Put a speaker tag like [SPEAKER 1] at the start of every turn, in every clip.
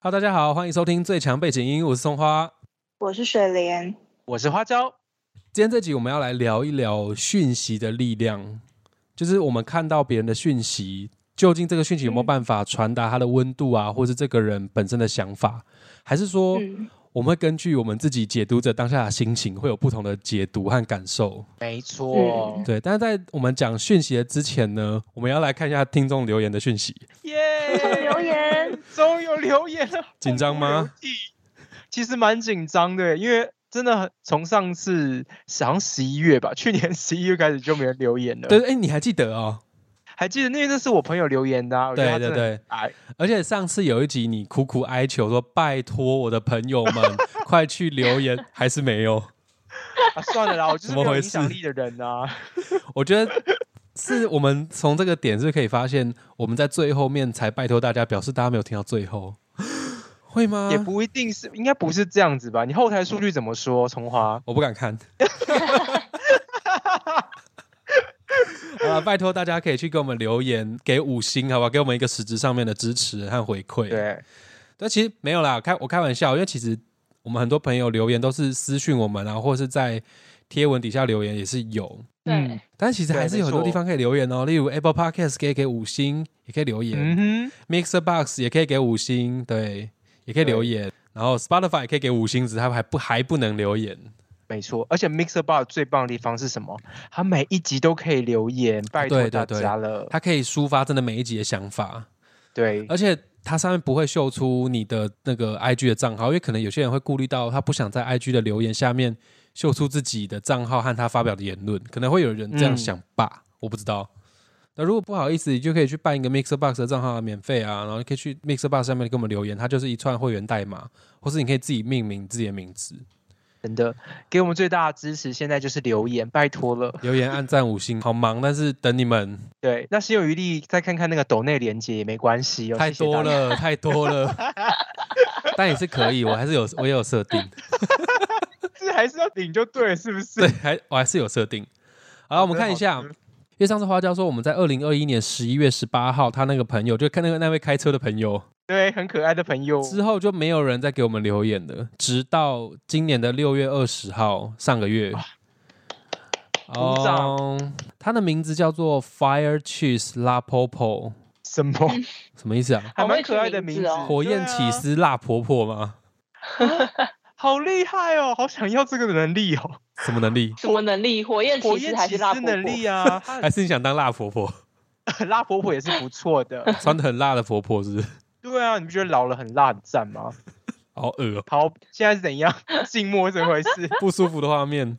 [SPEAKER 1] Hello，大家好，欢迎收听最强背景音，我是松花。
[SPEAKER 2] 我是水莲，
[SPEAKER 3] 我是花椒，
[SPEAKER 1] 今天这集我们要来聊一聊讯息的力量，就是我们看到别人的讯息，究竟这个讯息有没有
[SPEAKER 2] 嗯
[SPEAKER 1] 办法传达它的温度啊，或是这个人本身的想法，还是说
[SPEAKER 2] 嗯，
[SPEAKER 1] 我们会根据我们自己解读者当下的心情，会有不同的解读和感受。
[SPEAKER 3] 没错
[SPEAKER 2] 嗯，
[SPEAKER 1] 对，但是在我们讲讯息的之前呢，我们要来看一下听众留言的讯息。
[SPEAKER 3] 耶！
[SPEAKER 2] 留言，
[SPEAKER 3] 终于有留言了，
[SPEAKER 1] 紧张
[SPEAKER 3] 嗯
[SPEAKER 1] 吗？
[SPEAKER 3] 其实蛮紧张的，因为真的很从上次好像十一月吧，去年十一月开始就没人留言了。
[SPEAKER 1] 对，，哎，你还记得哦？
[SPEAKER 3] 还记得那那是我朋友留言的、啊，我觉
[SPEAKER 1] 对
[SPEAKER 3] 得他
[SPEAKER 1] 对
[SPEAKER 3] 真的很
[SPEAKER 1] 对，
[SPEAKER 3] 矮，
[SPEAKER 1] 而且上次有一集你苦苦哀求说：“拜托我的朋友 们，快去留言。”还是没有。
[SPEAKER 3] 啊，算了啦，我就是
[SPEAKER 1] 怎
[SPEAKER 3] 没
[SPEAKER 1] 么
[SPEAKER 3] 有
[SPEAKER 1] 回
[SPEAKER 3] 影
[SPEAKER 1] 事
[SPEAKER 3] 响力的 人啊。
[SPEAKER 1] 我觉得是我们从这个点是可以发现，我们在最后面才拜托大家，表示大家没有听到最后，会吗？
[SPEAKER 3] 也不一定是，应该不是这样子吧？你后台数据怎么说？从华，
[SPEAKER 1] 我不敢 看。啊，拜托大家可以去给我们留言，给五星，好吧，给我们一个实质上面的支持和回馈。，
[SPEAKER 3] 对，
[SPEAKER 1] 但其实没有啦，开我开玩笑，因为其实我们很多朋友留言都是私讯我们啊，或者是在贴文底下留言也是有，
[SPEAKER 2] 对，
[SPEAKER 1] 但其实还是有很多
[SPEAKER 3] 对
[SPEAKER 1] 地
[SPEAKER 3] 没错
[SPEAKER 1] 方可以留言哦，例如 Apple Podcast 可以给五星，也可以留言、
[SPEAKER 3] 嗯哼，
[SPEAKER 1] m i x e r Box 也可以给五星，对，也可以留
[SPEAKER 3] 对
[SPEAKER 1] 言，然后 Spotify 也可以给五星，只是它还不还不能留言。
[SPEAKER 3] 没错。而且 Mixer Bar 最棒的地方是什么？它每一集都可以留言，拜托
[SPEAKER 1] 对对
[SPEAKER 3] 大
[SPEAKER 1] 对
[SPEAKER 3] 家了。
[SPEAKER 1] 它可以抒发真的每一集的想法，
[SPEAKER 3] 对，
[SPEAKER 1] 而且它上面不会秀出你的那个 IG 的账号，因为可能有些人会顾虑到他不想在 IG 的留言下面秀出自己的账号和他发表的言论，可能会有人这
[SPEAKER 3] 嗯
[SPEAKER 1] 样想吧，我不知道。那如果不好意思，你就可以去办一个 Mixer Box 的账号啊，免费啊，然后你可以去 Mixer Box 上面给我们留言，它就是一串会员代码，或是你可以自己命名自己的名字，
[SPEAKER 3] 真的给我们最大的支持，现在就是留言，拜托了。
[SPEAKER 1] 留言、按赞、五星，好忙，但是等你们
[SPEAKER 3] 对，那心有余力再看看那个抖内连接也没关系哦，
[SPEAKER 1] 太
[SPEAKER 3] 谢谢大
[SPEAKER 1] 多
[SPEAKER 3] 家。
[SPEAKER 1] 了，太多了， 但也是可以，我还是有，我也有设定。
[SPEAKER 3] 这还是要领就对了，是不
[SPEAKER 1] 对，
[SPEAKER 3] 是？
[SPEAKER 1] 还我还是有设定。好，我们看一下，
[SPEAKER 3] 好
[SPEAKER 1] 因
[SPEAKER 3] 吃
[SPEAKER 1] 为上次花椒说我们在二零二一年十一月十八号，他那个朋友就看那个那位开车的朋友
[SPEAKER 3] 对，很可爱的朋友，
[SPEAKER 1] 之后就没有人再给我们留言了，直到今年的六月二十号，上个月。
[SPEAKER 3] 鼓掌
[SPEAKER 1] 哦，他的名字叫做 Fire Cheese La Popo，
[SPEAKER 3] 什么
[SPEAKER 1] 什么意思啊？
[SPEAKER 3] 还
[SPEAKER 2] 好会
[SPEAKER 3] 蛮
[SPEAKER 2] 取
[SPEAKER 3] 可爱的
[SPEAKER 2] 名
[SPEAKER 3] 字
[SPEAKER 2] 字哦
[SPEAKER 1] 火焰起，
[SPEAKER 3] 对啊啊
[SPEAKER 1] 司辣婆婆吗？
[SPEAKER 3] 好厉害哦，好想要这个能 力哦，
[SPEAKER 1] 什么能力？
[SPEAKER 2] 什么能力？火焰
[SPEAKER 3] 火
[SPEAKER 2] 骑士
[SPEAKER 3] 焰
[SPEAKER 2] 还
[SPEAKER 3] 骑
[SPEAKER 2] 是
[SPEAKER 3] 士
[SPEAKER 2] 辣婆婆？
[SPEAKER 3] 能 力啊，
[SPEAKER 1] 还是你想当辣婆婆，
[SPEAKER 3] 她 辣婆婆也是不错的。
[SPEAKER 1] 穿的很辣的婆婆是不是？
[SPEAKER 3] 对啊，你不觉得老了很辣很赞吗？
[SPEAKER 1] 好恶哦、
[SPEAKER 3] 好，现在是怎样？ 静默这 回事。
[SPEAKER 1] 不舒服的画面。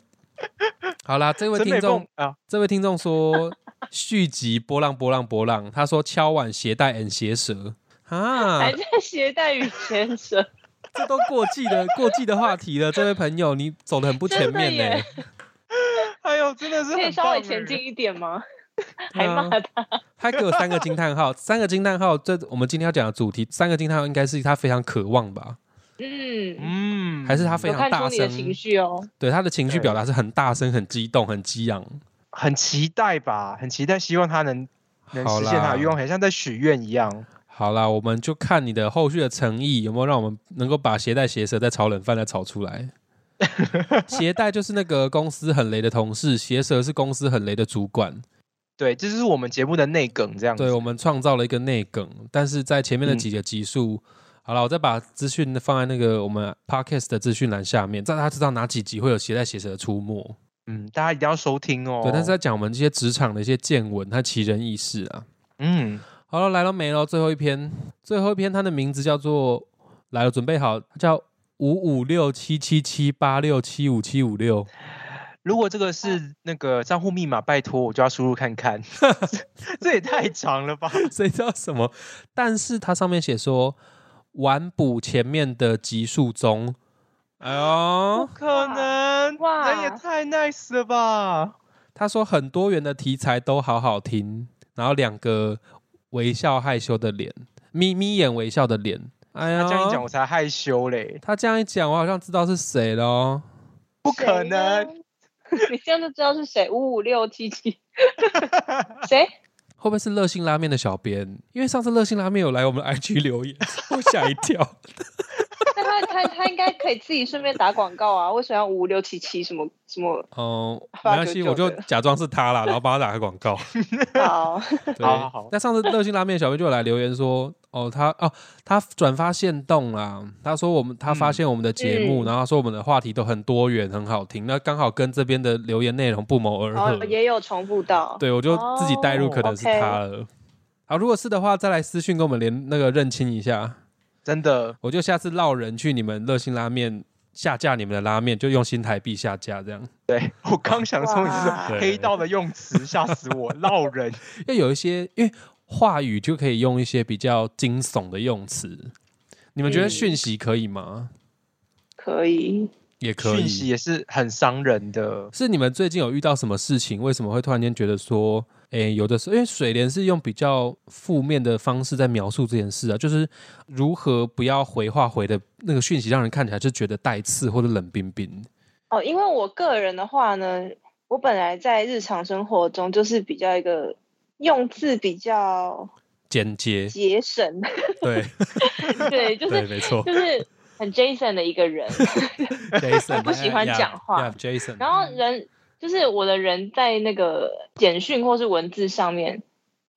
[SPEAKER 1] 好啦，这位
[SPEAKER 3] 真
[SPEAKER 1] 听
[SPEAKER 3] 美
[SPEAKER 1] 众
[SPEAKER 3] 梦，啊，
[SPEAKER 1] 这位听众说续集波浪波浪波浪，他说敲碗鞋带 and 鞋舌啊
[SPEAKER 2] 还，在携带与先生，
[SPEAKER 1] 这都过季 的过季的话题了。这位朋友，你走的很不前面呢、
[SPEAKER 2] 真的耶
[SPEAKER 3] 哎呦， 真的是
[SPEAKER 2] 可以
[SPEAKER 3] 很
[SPEAKER 2] 稍微
[SPEAKER 3] 棒
[SPEAKER 2] 前
[SPEAKER 3] 哎
[SPEAKER 2] 进一点吗？
[SPEAKER 1] 对
[SPEAKER 2] 还
[SPEAKER 1] 啊
[SPEAKER 2] 骂他，
[SPEAKER 1] 他给我三个惊叹号，三个惊叹号，这我们今天要讲的主题，三个惊叹号应该是他非常渴望吧，
[SPEAKER 2] 嗯，
[SPEAKER 3] 嗯，
[SPEAKER 1] 还是他非
[SPEAKER 2] 有
[SPEAKER 1] 常
[SPEAKER 2] 看
[SPEAKER 1] 大
[SPEAKER 2] 出你的情
[SPEAKER 1] 声？
[SPEAKER 2] 绪哦，
[SPEAKER 1] 对，他的情绪表达是很大声、很激动、很激昂。
[SPEAKER 3] 很期待吧，很期待，希望他能能
[SPEAKER 1] 好
[SPEAKER 3] 实现他
[SPEAKER 1] 啦
[SPEAKER 3] 的，愿望，很像在许愿一样。
[SPEAKER 1] 好啦，我们就看你的后续的诚意有没有让我们能够把鞋带鞋舌再炒冷饭再炒出 来。鞋带就是那个公司很雷的同事，鞋舌是公司很雷的主管。
[SPEAKER 3] 对，这就是我们节目的内梗，这样子。
[SPEAKER 1] 对，我们创造了一个内梗，但是在前面的
[SPEAKER 3] 嗯
[SPEAKER 1] 几个集数，好了，我再把资讯放在那个我们 podcast 的资讯栏下面，让大家知道哪几集会有鞋带鞋舌的出没。
[SPEAKER 3] 嗯，大家一定要收听哦。
[SPEAKER 1] 对，但是在讲我们这些职场的一些见闻和奇人异事啊。
[SPEAKER 3] 嗯，
[SPEAKER 1] 好了，来了没了，最后一篇，最后一篇，它的名字叫做来了，准备好，它叫五五六七七七八六七五七五六，
[SPEAKER 3] 如果这个是那个账户密码，拜托我就要输入 看看，这也太长了吧？
[SPEAKER 1] 谁知道什么？但是它上面写说完补前面的集数中，哎
[SPEAKER 3] 不
[SPEAKER 1] 呦，
[SPEAKER 3] 可能，
[SPEAKER 2] 哇
[SPEAKER 3] 人也太 nice 了
[SPEAKER 1] 啊
[SPEAKER 3] 吧？
[SPEAKER 1] 他说很多元的题材都好好听，然后两个微笑害羞的脸，眯眯眼微笑的脸，哎
[SPEAKER 3] 他
[SPEAKER 1] 呀，
[SPEAKER 3] 这样一讲，我才害羞嘞。
[SPEAKER 1] 他这样一讲，我好像知道是谁了哦。
[SPEAKER 3] 不可 能
[SPEAKER 2] 谁呢。你这样就知道是谁，五五六七七，谁？
[SPEAKER 1] 会不会是热性拉面的小编？因为上次热性拉面有来我们 IG 留言，我吓一 跳。
[SPEAKER 2] 但他他他应该可以自己顺便打广告啊，为什么要五六七七什么什么？
[SPEAKER 1] 哦、
[SPEAKER 2] 发
[SPEAKER 1] 没关系，
[SPEAKER 2] 九九
[SPEAKER 1] 我就
[SPEAKER 2] 的
[SPEAKER 1] 假装是他啦，然 后帮他打个广 告。
[SPEAKER 2] 好，
[SPEAKER 1] 对，
[SPEAKER 3] 好好好
[SPEAKER 1] 那上次热心拉面小编就有来留言说，哦，他哦，他转发现动啦，他说我们他发现我们的节目，
[SPEAKER 2] 嗯
[SPEAKER 1] 然后说我们的话题都很多元，很好听，那刚好跟这边的留言内容不谋而
[SPEAKER 2] 然
[SPEAKER 1] 合
[SPEAKER 2] 后。哦也有重复到，
[SPEAKER 1] 对，我就自己带入，可能是
[SPEAKER 2] 哦，OK
[SPEAKER 1] 他了。好，如果是的话，再来私讯跟我们连那个认清一下。
[SPEAKER 3] 真的
[SPEAKER 1] 我就下次绕人去你们热心拉面下架你们的拉面，就用新台币下架这样。
[SPEAKER 3] 对我刚想说你是
[SPEAKER 2] 哇
[SPEAKER 3] 黑道的用词，吓死 我，闹人。
[SPEAKER 1] 要有一些，因为话语就可以用一些比较惊悚的用词。你们觉得
[SPEAKER 2] 嗯
[SPEAKER 1] 讯息可以吗？
[SPEAKER 2] 可以。
[SPEAKER 1] 也可
[SPEAKER 3] 讯息
[SPEAKER 1] 以。
[SPEAKER 3] 也是很伤人的，
[SPEAKER 1] 是你们最近有遇到什么事情？为什么会突然间觉得说，诶、有的时候，因为水莲是用比较负面的方式在描述这件事啊，就是如何不要回话回的那个讯息，让人看起来就觉得带刺或者冷冰冰。
[SPEAKER 2] 哦，因为我个人的话呢，我本来在日常生活中就是比较一个用字比较
[SPEAKER 1] 间接，
[SPEAKER 2] 节省，
[SPEAKER 1] 对
[SPEAKER 2] 对，就
[SPEAKER 1] 对，
[SPEAKER 2] 是
[SPEAKER 1] 没错。
[SPEAKER 2] 就是很 Jason 的一个人，
[SPEAKER 1] Jason 哎
[SPEAKER 2] 不喜欢讲话
[SPEAKER 1] j a s o n
[SPEAKER 2] 然后人就是我的人在那个简讯或是文字上面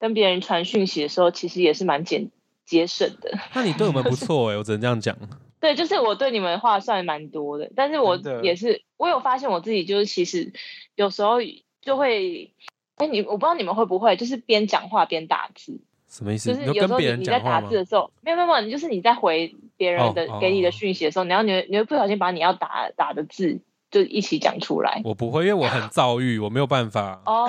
[SPEAKER 2] 跟别人传讯息的时候，其实也是蛮简节省的。
[SPEAKER 1] 那你对我们不错哎、我只能这样讲。
[SPEAKER 2] 对，就是我对你们话算蛮多的，但是我
[SPEAKER 3] 真的
[SPEAKER 2] 也是，我有发现我自己就是其实有时候就会，哎，你我不知道你们会不会，就是边讲话边打字，
[SPEAKER 1] 什么意思？
[SPEAKER 2] 就是
[SPEAKER 1] 你
[SPEAKER 2] 有
[SPEAKER 1] 说
[SPEAKER 2] 时
[SPEAKER 1] 跟
[SPEAKER 2] 候
[SPEAKER 1] 别
[SPEAKER 2] 你
[SPEAKER 1] 人
[SPEAKER 2] 你在
[SPEAKER 1] 讲话
[SPEAKER 2] 打
[SPEAKER 1] 吗
[SPEAKER 2] 字？的时候，没有没有没有，就是你在回别人的、
[SPEAKER 1] 哦哦
[SPEAKER 2] 给
[SPEAKER 1] 哦
[SPEAKER 2] 你的讯息的时候，然后你会你会不小心把你要打打的字就一起讲出来。
[SPEAKER 1] 我不会，因为我很躁郁，我没有办法。
[SPEAKER 2] 哦，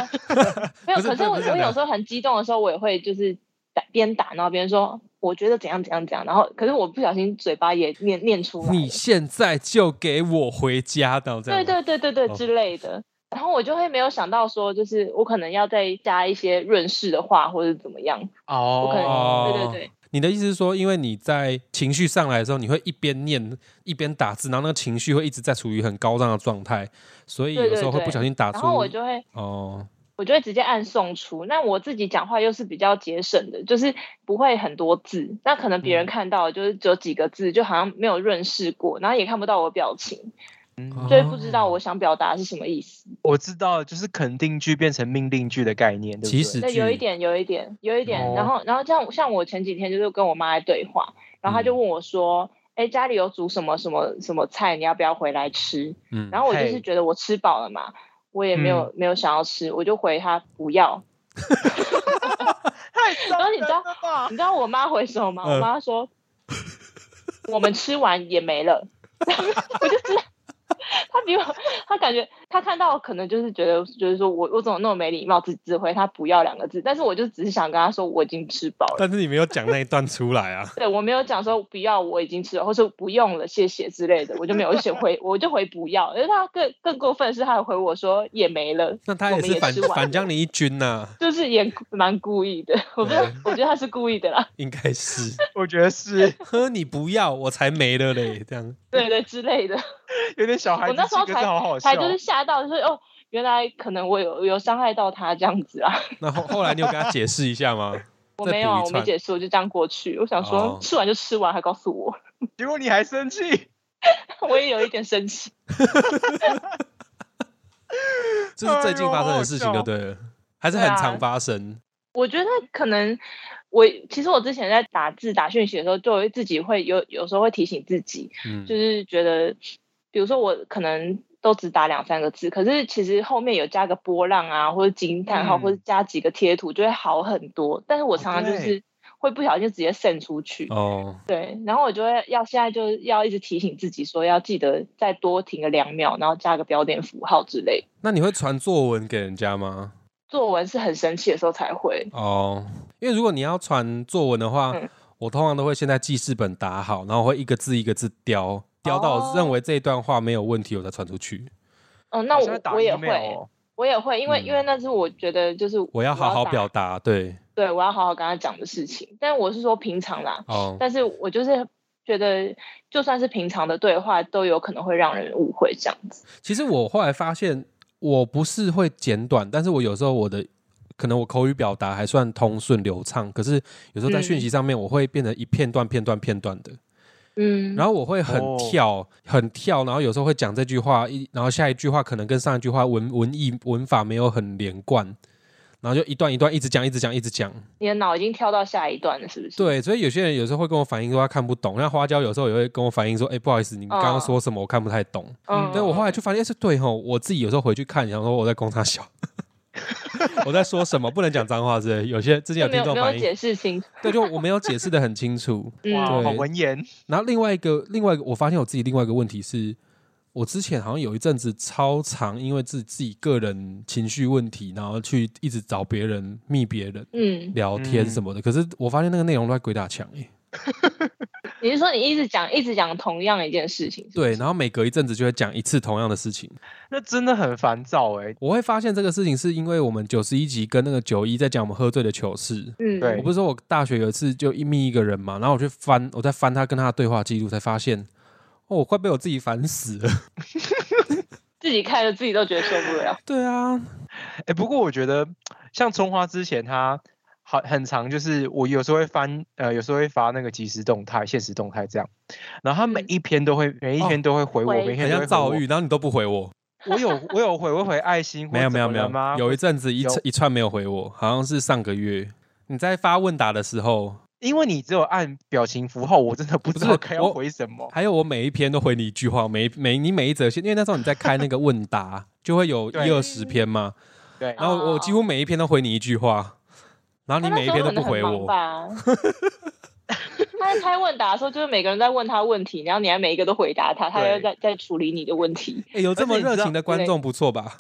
[SPEAKER 2] 没有，
[SPEAKER 1] 不是
[SPEAKER 2] 可是我
[SPEAKER 1] 不是这
[SPEAKER 2] 我
[SPEAKER 1] 样
[SPEAKER 2] 有时候很激动的时候，我也会就是打边打，然后别人说我觉得怎样怎样怎样，然后可是我不小心嘴巴也念念出来了。
[SPEAKER 1] 你现在就给我回家，到这样
[SPEAKER 2] 对
[SPEAKER 1] 吗。
[SPEAKER 2] 对对对对、
[SPEAKER 1] 哦
[SPEAKER 2] 之类的。然后我就会没有想到说，就是我可能要再加一些润饰的话，或者怎么样。我可能、
[SPEAKER 1] 哦
[SPEAKER 2] 对对对，
[SPEAKER 1] 你的意思是说，因为你在情绪上来的时候，你会一边念一边打字，然后那个情绪会一直在处于很高涨的状态，所以
[SPEAKER 2] 对
[SPEAKER 1] 有时候
[SPEAKER 2] 对
[SPEAKER 1] 会不
[SPEAKER 2] 对
[SPEAKER 1] 小心打出
[SPEAKER 2] 然后我就会
[SPEAKER 1] 哦，
[SPEAKER 2] 我就会直接按送出。那我自己讲话又是比较节省的，就是不会很多字。那可能别
[SPEAKER 1] 嗯
[SPEAKER 2] 人看到的就是只有几个字，就好像没有润饰过，然后也看不到我表情，
[SPEAKER 3] 嗯，
[SPEAKER 2] 就会不知道
[SPEAKER 1] 哦
[SPEAKER 2] 我想表达是什么意思。
[SPEAKER 3] 我知道，就是肯定句变成命令句的概念，对不对
[SPEAKER 1] 其实
[SPEAKER 2] 对，有一点，有一点，有一点。然
[SPEAKER 3] 哦
[SPEAKER 2] 后，然后这样，像我前几天就是跟我妈在对话，然后她就
[SPEAKER 1] 嗯
[SPEAKER 2] 问我说：“哎、家里有煮什么什么什么菜，你要不要回来吃？”
[SPEAKER 1] 嗯，
[SPEAKER 2] 然后我就是
[SPEAKER 3] 嘿
[SPEAKER 2] 觉得我吃饱了嘛，我也没有、没有想要吃，我就回她 不要。
[SPEAKER 3] 太
[SPEAKER 2] 然
[SPEAKER 3] 伤
[SPEAKER 2] 后你
[SPEAKER 3] 人
[SPEAKER 2] 知道
[SPEAKER 3] 了吧？
[SPEAKER 2] 你知道我妈回什么吗？
[SPEAKER 1] 嗯
[SPEAKER 2] 我妈说：“我们吃完也没了。” 我就知道。她比我，她感觉她看到可能就是觉得，就是说我我怎么那么没礼貌，只只回她不要两个字，但是我就只是想跟她说我已经吃饱了。。
[SPEAKER 1] 但是你没有讲那一段出来啊
[SPEAKER 2] 对我没有讲说不要，我已经吃了，或是不用了，谢谢之类的，我就没有写回，我就回不要。因为他更更过分的是，他还回我说也没了，
[SPEAKER 1] 那他
[SPEAKER 2] 我
[SPEAKER 1] 也
[SPEAKER 2] 们
[SPEAKER 1] 是反
[SPEAKER 2] 吃完
[SPEAKER 1] 反
[SPEAKER 2] 了
[SPEAKER 1] 将你一军呐、
[SPEAKER 2] 就是也蛮故意的。我不知道，我觉得他是故意的 啦，
[SPEAKER 1] 应该是。
[SPEAKER 3] 我觉得是
[SPEAKER 1] 呵，你不要，我才没了嘞，这样。
[SPEAKER 2] 对对之类的。
[SPEAKER 3] 有点小孩
[SPEAKER 2] 我
[SPEAKER 3] 子
[SPEAKER 2] 那时候
[SPEAKER 3] 气，可是
[SPEAKER 2] 才
[SPEAKER 3] 好好笑
[SPEAKER 2] 他。就是吓到，就是哦，原来可能我有有伤害到他这样子啊。
[SPEAKER 1] 那后后来你有跟他解释一下吗？
[SPEAKER 2] 我
[SPEAKER 1] 再
[SPEAKER 2] 没
[SPEAKER 1] 补
[SPEAKER 2] 有
[SPEAKER 1] 一
[SPEAKER 2] 啊，我没
[SPEAKER 1] 串
[SPEAKER 2] 解释，我就这样过去。我想说、
[SPEAKER 1] 哦
[SPEAKER 2] 吃完就吃完，还告诉我，
[SPEAKER 3] 结果你还生气，
[SPEAKER 2] 我也有一点生气。
[SPEAKER 1] 这是最近发生的事情
[SPEAKER 3] 哎呦好
[SPEAKER 1] 就对
[SPEAKER 3] 好笑
[SPEAKER 1] 了，还是很
[SPEAKER 2] 啊
[SPEAKER 1] 常发生。
[SPEAKER 2] 我觉得可能我其实我之前在打字打讯息的时候，就会自己会有有时候会提醒自己，
[SPEAKER 1] 嗯，
[SPEAKER 2] 就是觉得，比如说我可能都只打两三个字，可是其实后面有加个波浪啊，或者惊叹号，
[SPEAKER 3] 嗯
[SPEAKER 2] 或者加几个贴图，就会好很多。但是我
[SPEAKER 3] 哦
[SPEAKER 2] 常常就
[SPEAKER 3] 对
[SPEAKER 2] 是会不小心就直接 send 出去，
[SPEAKER 1] 哦，
[SPEAKER 2] 对，然后我就会要现在就要一直提醒自己说，要记得再多停个两秒，然后加个标点符号之类。
[SPEAKER 1] 那你会传作文给人家吗？
[SPEAKER 2] 作文是很生气的时候才会，
[SPEAKER 1] 哦，因为如果你要传作文的话，
[SPEAKER 2] 嗯
[SPEAKER 1] 我通常都会先在记事本打好，然后会一个字一个字雕，雕到
[SPEAKER 2] 哦
[SPEAKER 1] 我认为这一段话没有问题，我再传出去。
[SPEAKER 2] 嗯，
[SPEAKER 1] 哦
[SPEAKER 2] 那
[SPEAKER 3] 好
[SPEAKER 2] 我
[SPEAKER 3] 像在打
[SPEAKER 2] 我也
[SPEAKER 3] email
[SPEAKER 2] 会，
[SPEAKER 3] 哦
[SPEAKER 2] 我也会，因为、因为
[SPEAKER 1] 嗯
[SPEAKER 2] 那是我觉得就是
[SPEAKER 1] 我要好好表
[SPEAKER 2] 达，
[SPEAKER 1] 达，对，
[SPEAKER 2] 对我要好好跟他讲的事情。但我是说平常啦，
[SPEAKER 1] 哦，
[SPEAKER 2] 但是我就是觉得，就算是平常的对话，都有可能会让人误会这样子。
[SPEAKER 1] 其实我后来发现，我不是会简短，但是我有时候我的可能我口语表达还算通顺流畅，可是有时候在讯息上面，我会变成一片段、片段、片段的，
[SPEAKER 2] 嗯，
[SPEAKER 1] 然后我会很
[SPEAKER 3] 哦
[SPEAKER 1] 跳、很跳，然后有时候会讲这句话，一然后下一句话可能跟上一句话文文意文法没有很连贯，然后就一段一段一直讲、一直讲、一直讲。
[SPEAKER 2] 你的脑已经跳到下一段了，是不是？，
[SPEAKER 1] 对，所以有些人有时候会跟我反映说他看不懂，那花椒有时候也会跟我反映说，哎、不好意思，你刚刚
[SPEAKER 2] 哦
[SPEAKER 1] 说什么我看不太懂。
[SPEAKER 2] 嗯，
[SPEAKER 1] 对我后来就发现是对吼，我自己有时候回去看，然后说我在攻他小， 我在说什么，不能讲脏话之类的。有些之前有
[SPEAKER 2] 就没
[SPEAKER 1] 听
[SPEAKER 2] 有
[SPEAKER 1] 众
[SPEAKER 2] 没
[SPEAKER 1] 反
[SPEAKER 2] 有
[SPEAKER 1] 映，
[SPEAKER 2] 解释清楚，
[SPEAKER 1] 对，就我没有解释的很清楚。
[SPEAKER 3] 哇，
[SPEAKER 2] 嗯，
[SPEAKER 3] 好
[SPEAKER 1] 对
[SPEAKER 3] 文言，
[SPEAKER 1] 然后另外一个，另外一个，我发现我自己另外一个问题是，我之前好像有一阵子超常因为自自己个人情绪问题，然后去一直找别人密别人
[SPEAKER 2] 嗯，
[SPEAKER 1] 聊天
[SPEAKER 3] 嗯
[SPEAKER 1] 什么的。可是我发现那个内容都在鬼打墙哎、
[SPEAKER 2] 你是说你一直讲一直讲同样一件事情？是不
[SPEAKER 1] 对，
[SPEAKER 2] 是，
[SPEAKER 1] 然后每隔一阵子就会讲一次同样的事情。
[SPEAKER 3] 那真的很烦躁哎、
[SPEAKER 1] 我会发现这个事情是因为我们九十一集跟那个九一在讲我们喝醉的糗事。
[SPEAKER 2] 嗯，
[SPEAKER 3] 对
[SPEAKER 1] 我不是说我大学有一次就一密一个人嘛，然后我去翻，我在翻他跟他的对话记录，才发现，哦，我快被我自己烦死 了。
[SPEAKER 2] 自己看着自己都觉得受不了，
[SPEAKER 1] 对啊，
[SPEAKER 3] 哎、不过我觉得像葱花之前他好很长，就是我有时候会翻，呃，有时候会发那个即时动态、现实动态这样，然后他每
[SPEAKER 2] 嗯
[SPEAKER 3] 一篇都会，每一
[SPEAKER 1] 哦
[SPEAKER 3] 篇都会回我，
[SPEAKER 2] 回
[SPEAKER 3] 每一
[SPEAKER 1] 很
[SPEAKER 3] 篇都
[SPEAKER 1] 像
[SPEAKER 3] 会
[SPEAKER 1] 躁
[SPEAKER 3] 回
[SPEAKER 1] 郁，然后你都不回我。
[SPEAKER 3] 我。我有我有回，我会回爱心，
[SPEAKER 1] 没有没有没有
[SPEAKER 3] 吗？，
[SPEAKER 1] 有一阵子一
[SPEAKER 3] 有
[SPEAKER 1] 一串没有回我，好像是上个月。你在发问答的时候，
[SPEAKER 3] 因为你只有按表情符号，我真的不
[SPEAKER 1] 不
[SPEAKER 3] 知
[SPEAKER 1] 是
[SPEAKER 3] 道该要
[SPEAKER 1] 我
[SPEAKER 3] 回什么。
[SPEAKER 1] 还有我每一篇都回你一句话，每每你每一则信，因为那时候你在开那个问答，就会有一
[SPEAKER 3] 对
[SPEAKER 1] 二十篇嘛，
[SPEAKER 3] 对，
[SPEAKER 1] 然后我几乎每一篇都回你一句话，然后
[SPEAKER 2] 他
[SPEAKER 1] 你
[SPEAKER 2] 哦那
[SPEAKER 1] 每一
[SPEAKER 2] 时候
[SPEAKER 1] 篇都
[SPEAKER 2] 可能
[SPEAKER 1] 不
[SPEAKER 2] 很
[SPEAKER 1] 回
[SPEAKER 2] 忙
[SPEAKER 1] 我。
[SPEAKER 2] 吧。他在开问答的时候，就是每个人在问他问题，然后你还每一个都回答他，他
[SPEAKER 3] 对
[SPEAKER 2] 要在在处理你的问题，
[SPEAKER 1] 哎、有这么
[SPEAKER 3] 而且你
[SPEAKER 1] 热
[SPEAKER 3] 知道
[SPEAKER 1] 情的观众不错吧？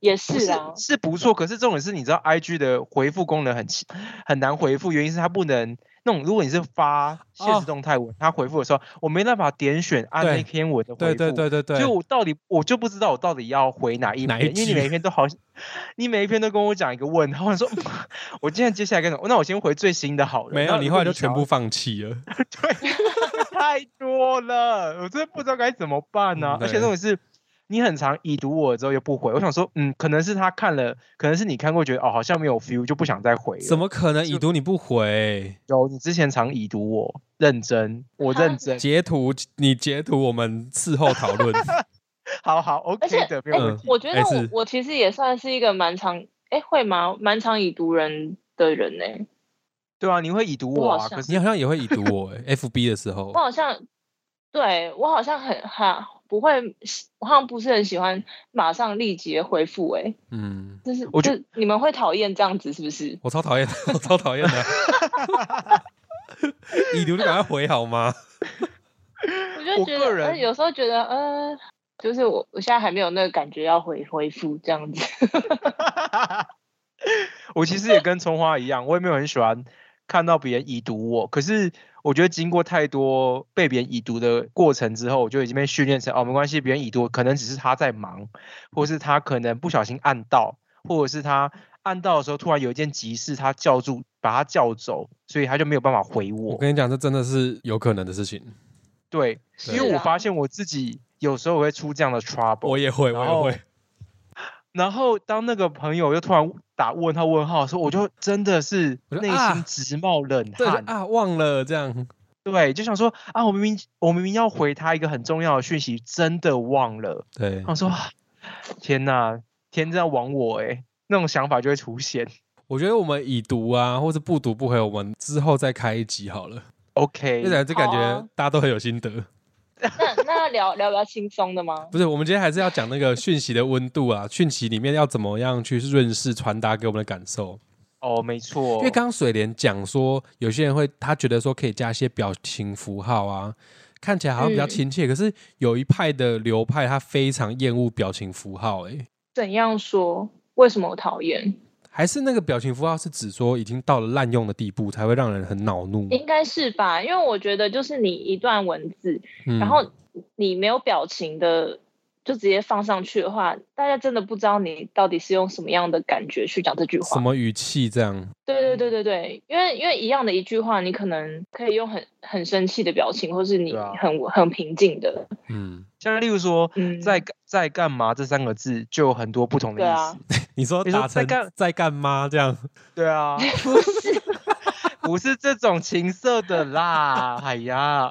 [SPEAKER 2] 也
[SPEAKER 3] 不
[SPEAKER 2] 是啊，
[SPEAKER 3] 是不错，可是重点是，你知道 I G 的回复功能很奇很难回复，原因是它不能那种，如果你是发现
[SPEAKER 1] 哦
[SPEAKER 3] 实动态文，它回复的时候，我没办法点选按
[SPEAKER 1] 对
[SPEAKER 3] 那篇文的回
[SPEAKER 1] 对
[SPEAKER 3] 复，
[SPEAKER 1] 对对对对
[SPEAKER 3] 所以，我到底我就不知道我到底要回哪一
[SPEAKER 1] 哪
[SPEAKER 3] 篇，
[SPEAKER 1] 一
[SPEAKER 3] 因为
[SPEAKER 1] 句
[SPEAKER 3] 你每一篇都好像，你每一篇都跟我讲一个问号，我说 我今天接下来干什么？那我先回最新的好了。
[SPEAKER 1] 没
[SPEAKER 3] 那
[SPEAKER 1] 有，
[SPEAKER 3] 如
[SPEAKER 1] 你后
[SPEAKER 3] 果
[SPEAKER 1] 来就全
[SPEAKER 3] 想哎
[SPEAKER 1] 部放弃了。
[SPEAKER 3] 太多了，我真的不知道该怎么办呢、
[SPEAKER 1] 嗯
[SPEAKER 3] 而且重点是，你很常已读我之后又不回，我想说，嗯，可能是他看了，可能是你看过觉得哦好像没有 feel 就不想再回了。
[SPEAKER 1] 怎么可能
[SPEAKER 3] 就
[SPEAKER 1] 已读你不回、
[SPEAKER 3] 有？你之前常已读我，认真，我
[SPEAKER 2] 哈
[SPEAKER 3] 认真，
[SPEAKER 1] 截图你截图，我们事后讨论。
[SPEAKER 3] 好好
[SPEAKER 2] 而且
[SPEAKER 3] ，OK 的，没
[SPEAKER 2] 哎
[SPEAKER 3] 有问题。
[SPEAKER 2] 我觉得
[SPEAKER 1] 哎
[SPEAKER 2] 我
[SPEAKER 1] 是
[SPEAKER 2] 我其实也算是一个蛮常哎会吗？蛮常已读人的人呢、
[SPEAKER 3] 对啊，你会已读
[SPEAKER 2] 我
[SPEAKER 3] 我
[SPEAKER 2] 好
[SPEAKER 3] 啊，
[SPEAKER 2] 像
[SPEAKER 3] 可是
[SPEAKER 1] 你好像也会已读我、欸、，FB 的时候
[SPEAKER 2] 我，好像对我好像很哈不会，我好像不是很喜欢马上立即的回复哎、
[SPEAKER 1] 嗯，
[SPEAKER 2] 就是
[SPEAKER 3] 我觉
[SPEAKER 2] 就你们会讨厌这样子是不是？
[SPEAKER 1] 我超讨厌，我超讨厌的。 已读就赶快回好吗？
[SPEAKER 2] 我就
[SPEAKER 3] 我
[SPEAKER 2] 觉
[SPEAKER 3] 个
[SPEAKER 2] 得，
[SPEAKER 3] 人
[SPEAKER 2] 呃有时候觉得，呃，就是我我现在还没有那个感觉要回回复这样子。
[SPEAKER 3] 我其实也跟葱花一样，我也没有很喜欢看到别人已读我，可是我觉得经过太多被别人已读的过程之后，我就已经被训练成哦，没关系，别人已读我，可能只是他在忙，或是他可能不小心按到，或者是他按到的时候突然有一件急事，他叫住把他叫走，所以他就没有办法回
[SPEAKER 1] 我
[SPEAKER 3] 我。
[SPEAKER 1] 跟你讲，这真的是有可能的事情。
[SPEAKER 3] 对， 因为
[SPEAKER 2] 是
[SPEAKER 3] 我
[SPEAKER 2] 啊
[SPEAKER 3] 发现我自己有时候会出这样的 trouble，
[SPEAKER 1] 我也会，我
[SPEAKER 3] 然
[SPEAKER 1] 也
[SPEAKER 3] 后
[SPEAKER 1] 会。
[SPEAKER 3] 然后当那个朋友又突然打问号问号的时候，我就真的是
[SPEAKER 1] 我就
[SPEAKER 3] 内
[SPEAKER 1] 啊
[SPEAKER 3] 心直冒冷
[SPEAKER 1] 对
[SPEAKER 3] 汗。
[SPEAKER 1] 啊，忘了这样。
[SPEAKER 3] 对，就想说啊，我明明我明明要回他一个很重要的讯息，真的忘了。
[SPEAKER 1] 对
[SPEAKER 3] 我，说，啊 天哪，天在亡我哎、那种想法就会出现。
[SPEAKER 1] 我觉得我们已读啊，或是不读不回，我们之后再开一集好了。
[SPEAKER 3] OK，
[SPEAKER 1] 这这感
[SPEAKER 2] 好
[SPEAKER 1] 觉
[SPEAKER 2] 啊
[SPEAKER 1] 大家都很有心得。
[SPEAKER 2] 那那聊聊聊轻松的吗？
[SPEAKER 1] 不是，我们今天还是要讲那个讯息的温度啊，讯息里面要怎么样去润饰、传达给我们的感受。
[SPEAKER 3] 哦，没错，
[SPEAKER 1] 因为刚刚水莲讲说，有些人会他觉得说可以加一些表情符号啊，看起来好像比较
[SPEAKER 2] 嗯
[SPEAKER 1] 亲切。可是有一派的流派，他非常厌恶表情符号、欸，
[SPEAKER 2] 怎样说？为什么我讨厌？
[SPEAKER 1] 还是那个表情符号是指说已经到了滥用的地步，才会让人很恼怒。
[SPEAKER 2] 应该是吧，因为我觉得就是你一段文字，
[SPEAKER 1] 嗯
[SPEAKER 2] 然后你没有表情的。就直接放上去的话，大家真的不知道你到底是用什么样的感觉去讲这句
[SPEAKER 1] 什
[SPEAKER 2] 话。
[SPEAKER 1] 么语气这样？
[SPEAKER 2] 对对对对对，因为因为一样的一句话，你可能可以用很很生气的表情，或是你
[SPEAKER 3] 对啊
[SPEAKER 2] 很、很平静的。
[SPEAKER 1] 嗯，
[SPEAKER 3] 像例如说，
[SPEAKER 2] 嗯，
[SPEAKER 3] 在在干嘛这三个字就有很多不同的
[SPEAKER 2] 对
[SPEAKER 3] 意
[SPEAKER 2] 啊
[SPEAKER 3] 思。
[SPEAKER 1] 你说
[SPEAKER 3] 你说
[SPEAKER 1] 打
[SPEAKER 3] 在
[SPEAKER 1] 成
[SPEAKER 3] 干
[SPEAKER 1] 在干妈这样，
[SPEAKER 3] 对啊，
[SPEAKER 2] 哎 不是，
[SPEAKER 3] 不是这种情色的啦，哎呀，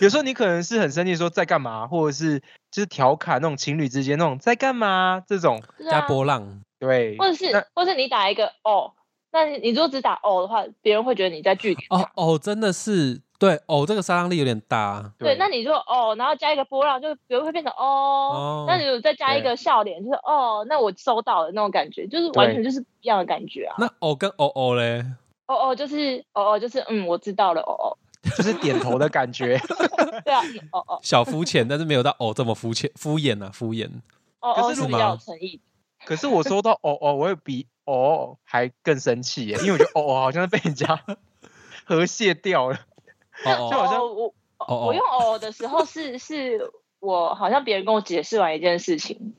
[SPEAKER 3] 有时候你可能是很生气，说在干嘛，或者是就是调侃那种情侣之间那种在干嘛这种，
[SPEAKER 2] 对
[SPEAKER 1] 加
[SPEAKER 2] 啊
[SPEAKER 1] 波浪，
[SPEAKER 3] 对，
[SPEAKER 2] 或者
[SPEAKER 3] 那
[SPEAKER 2] 是或是你打一个哦，那你你如果只打哦的话，别人会觉得你在拒绝
[SPEAKER 1] 哦
[SPEAKER 2] 他。
[SPEAKER 1] 哦，真的是对哦，这个杀伤力有点大，
[SPEAKER 2] 对，那你如果哦，然后加一个波浪，就别人会变成
[SPEAKER 1] 哦
[SPEAKER 2] 哦。那你如果再加一个笑脸，就是哦，那我收到了那种感觉，就是完全就是不一样的感觉啊。
[SPEAKER 1] 那哦跟哦哦嘞，
[SPEAKER 2] 哦哦，就是哦哦，就是嗯，我知道了哦
[SPEAKER 3] 就是点头的感觉，
[SPEAKER 2] 哦，对啊，嗯哦哦
[SPEAKER 1] 小肤 浅，但是没有到哦这么肤浅敷衍啊敷衍。
[SPEAKER 2] 哦
[SPEAKER 3] 可
[SPEAKER 2] 哦，
[SPEAKER 3] 是
[SPEAKER 2] 是
[SPEAKER 1] 如
[SPEAKER 2] 比
[SPEAKER 1] 果
[SPEAKER 2] 较有诚意的。
[SPEAKER 3] 可是我收到哦哦，我会比哦还更生气耶，因为我觉得哦哦好像是被人 家和谐掉了。
[SPEAKER 1] 哦
[SPEAKER 2] 哦
[SPEAKER 3] 就好
[SPEAKER 1] 哦
[SPEAKER 3] 像
[SPEAKER 2] 哦我
[SPEAKER 1] 哦哦
[SPEAKER 2] 我用哦的时候是是我好像别人跟我解释完一件事情，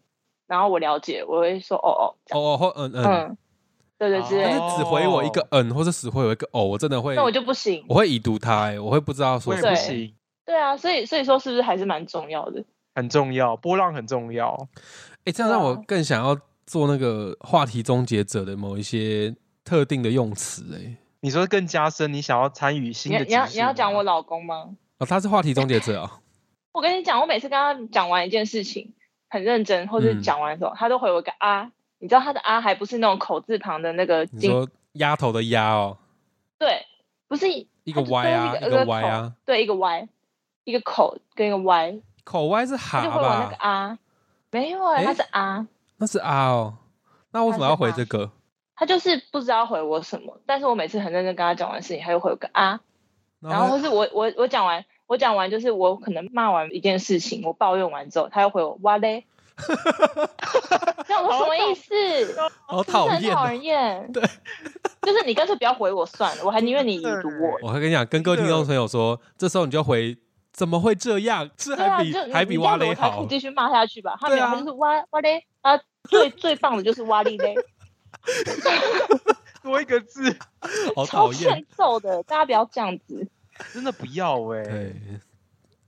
[SPEAKER 2] 然后我了解，我会说哦哦，这
[SPEAKER 1] 哦
[SPEAKER 2] 样
[SPEAKER 1] 哦或嗯嗯，
[SPEAKER 2] 嗯，对对之类
[SPEAKER 1] 但
[SPEAKER 2] 的
[SPEAKER 1] 是
[SPEAKER 3] 哦
[SPEAKER 1] 只回我一个嗯，或者只回我一个哦，我真的会
[SPEAKER 2] 那我就不行。
[SPEAKER 1] 我会已读他，欸我会不知道
[SPEAKER 3] 我
[SPEAKER 1] 说
[SPEAKER 3] 也
[SPEAKER 1] 什么
[SPEAKER 3] 不
[SPEAKER 2] 对
[SPEAKER 3] 行，
[SPEAKER 2] 对啊，所以所以说是不是还是蛮重要的？
[SPEAKER 3] 很重要，波浪很重要。
[SPEAKER 1] 哎、这样
[SPEAKER 2] 对
[SPEAKER 1] 让
[SPEAKER 2] 啊
[SPEAKER 1] 我更想要做那个话题终结者的某一些特定的用词、哎，
[SPEAKER 3] 你说更加深，你想要参与新
[SPEAKER 2] 你
[SPEAKER 3] 的
[SPEAKER 2] 你要
[SPEAKER 3] 集
[SPEAKER 2] 你要
[SPEAKER 3] 数
[SPEAKER 2] 讲
[SPEAKER 3] 吗
[SPEAKER 2] 我老公吗？
[SPEAKER 1] 哦，他是话题终结者哦，
[SPEAKER 2] 我跟你讲，我每次跟他讲完一件事情，很认真，或是
[SPEAKER 1] 嗯
[SPEAKER 2] 讲完什么，他都回我个啊。你知道他的啊还不是那种口字旁的那个
[SPEAKER 1] 你
[SPEAKER 2] 金，
[SPEAKER 1] 说丫头的丫哦，
[SPEAKER 2] 对，不是
[SPEAKER 1] 一个
[SPEAKER 2] 它就
[SPEAKER 1] Y 啊，
[SPEAKER 2] 就
[SPEAKER 1] 一
[SPEAKER 2] 是一个
[SPEAKER 1] 个
[SPEAKER 2] 呃
[SPEAKER 1] Y 啊，
[SPEAKER 2] 对一个 y，一个口跟一个 y，
[SPEAKER 1] 口 Y 是
[SPEAKER 2] 他
[SPEAKER 1] 哈
[SPEAKER 2] 就回我那个
[SPEAKER 1] 吧？
[SPEAKER 2] 啊，没有啊、
[SPEAKER 1] 诶
[SPEAKER 2] 他是啊，
[SPEAKER 1] 那是 R 哦，那为什么要回这个？
[SPEAKER 2] 他就是不知道回我什么，但是我每次很认真跟他讲完事情，他就回我个啊，然后或是我我我讲完我讲完就是我可能骂完一件事情，我抱怨完之后，他又回我 哇嘞，这样我说什么意思？
[SPEAKER 1] 好
[SPEAKER 2] 真的
[SPEAKER 1] 讨
[SPEAKER 2] 很
[SPEAKER 1] 厌
[SPEAKER 2] 讨
[SPEAKER 1] 哦、
[SPEAKER 2] 人厌。
[SPEAKER 1] 对，
[SPEAKER 2] 就是你干脆不要回我算了，我还宁愿你已读 我。
[SPEAKER 1] 我会跟你讲，跟各位听众朋友说，这时候你就回，怎么会这样？这
[SPEAKER 2] 对
[SPEAKER 1] 还
[SPEAKER 2] 啊，
[SPEAKER 1] 比、
[SPEAKER 2] 就你
[SPEAKER 1] 还
[SPEAKER 2] 你
[SPEAKER 1] 比
[SPEAKER 2] 这
[SPEAKER 1] 蛙
[SPEAKER 2] 样子
[SPEAKER 1] 雷
[SPEAKER 2] 我才可
[SPEAKER 1] 好
[SPEAKER 2] 以，继续骂下去吧。他没
[SPEAKER 1] 对
[SPEAKER 2] 有，
[SPEAKER 1] 啊
[SPEAKER 2] 他就是哇哇嘞，啊，最最棒的就是哇哩嘞，
[SPEAKER 3] 多一个字，
[SPEAKER 1] 好
[SPEAKER 2] 超
[SPEAKER 1] 讨厌。
[SPEAKER 2] 欠揍的，大家不要这样子。
[SPEAKER 3] 真的不要哎、
[SPEAKER 1] 对，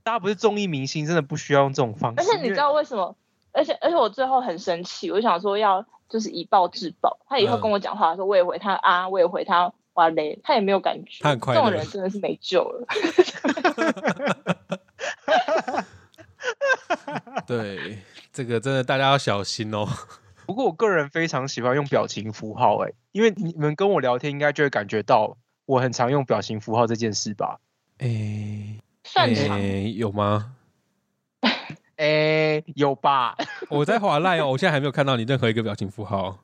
[SPEAKER 3] 大家不是综艺明星，真的不需要用这种方式。
[SPEAKER 2] 而且你知道为什么？而且而且我最后很生气，我就想说要就是以暴制暴。他以后
[SPEAKER 1] 嗯
[SPEAKER 2] 跟我讲话的时候，我也回他啊，我也回他哇嘞，他也没有感觉。
[SPEAKER 1] 他很快
[SPEAKER 2] 这种
[SPEAKER 1] 乐哎
[SPEAKER 2] 人真的是没救了。
[SPEAKER 1] 对，这个真的大家要小心哦。
[SPEAKER 3] 因为不过我个人非常喜欢用表情符号哎、因为你们跟我聊天应该就会感觉到我很常用表情符号这件事吧？
[SPEAKER 1] 哎、
[SPEAKER 2] 算
[SPEAKER 1] 哎
[SPEAKER 2] 长，
[SPEAKER 1] 有吗？
[SPEAKER 3] 哎、有吧？
[SPEAKER 1] 我在划赖哦，我现在还没有看到你任何一个表情符号。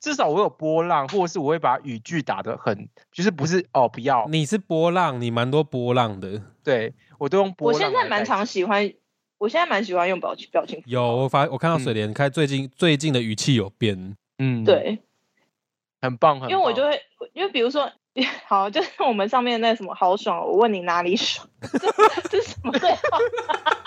[SPEAKER 3] 至少我有波浪，或者是我会把语句打得很，就是不是哦，不要，
[SPEAKER 1] 你是波浪，你蛮多波浪的。
[SPEAKER 3] 对我都用波
[SPEAKER 2] 我
[SPEAKER 3] 浪来代
[SPEAKER 2] 现
[SPEAKER 3] 替。
[SPEAKER 2] 在蛮常喜欢，我现在蛮喜欢用表情表情。
[SPEAKER 1] 有，我发我看到水莲开最近、最近的语气有变，
[SPEAKER 3] 嗯，，
[SPEAKER 2] 对，
[SPEAKER 3] 很棒，很棒。
[SPEAKER 2] 因为我就会，因为比如说， 好，就是我们上面那什么好爽哦，我问你哪里爽， 这这是什么对话？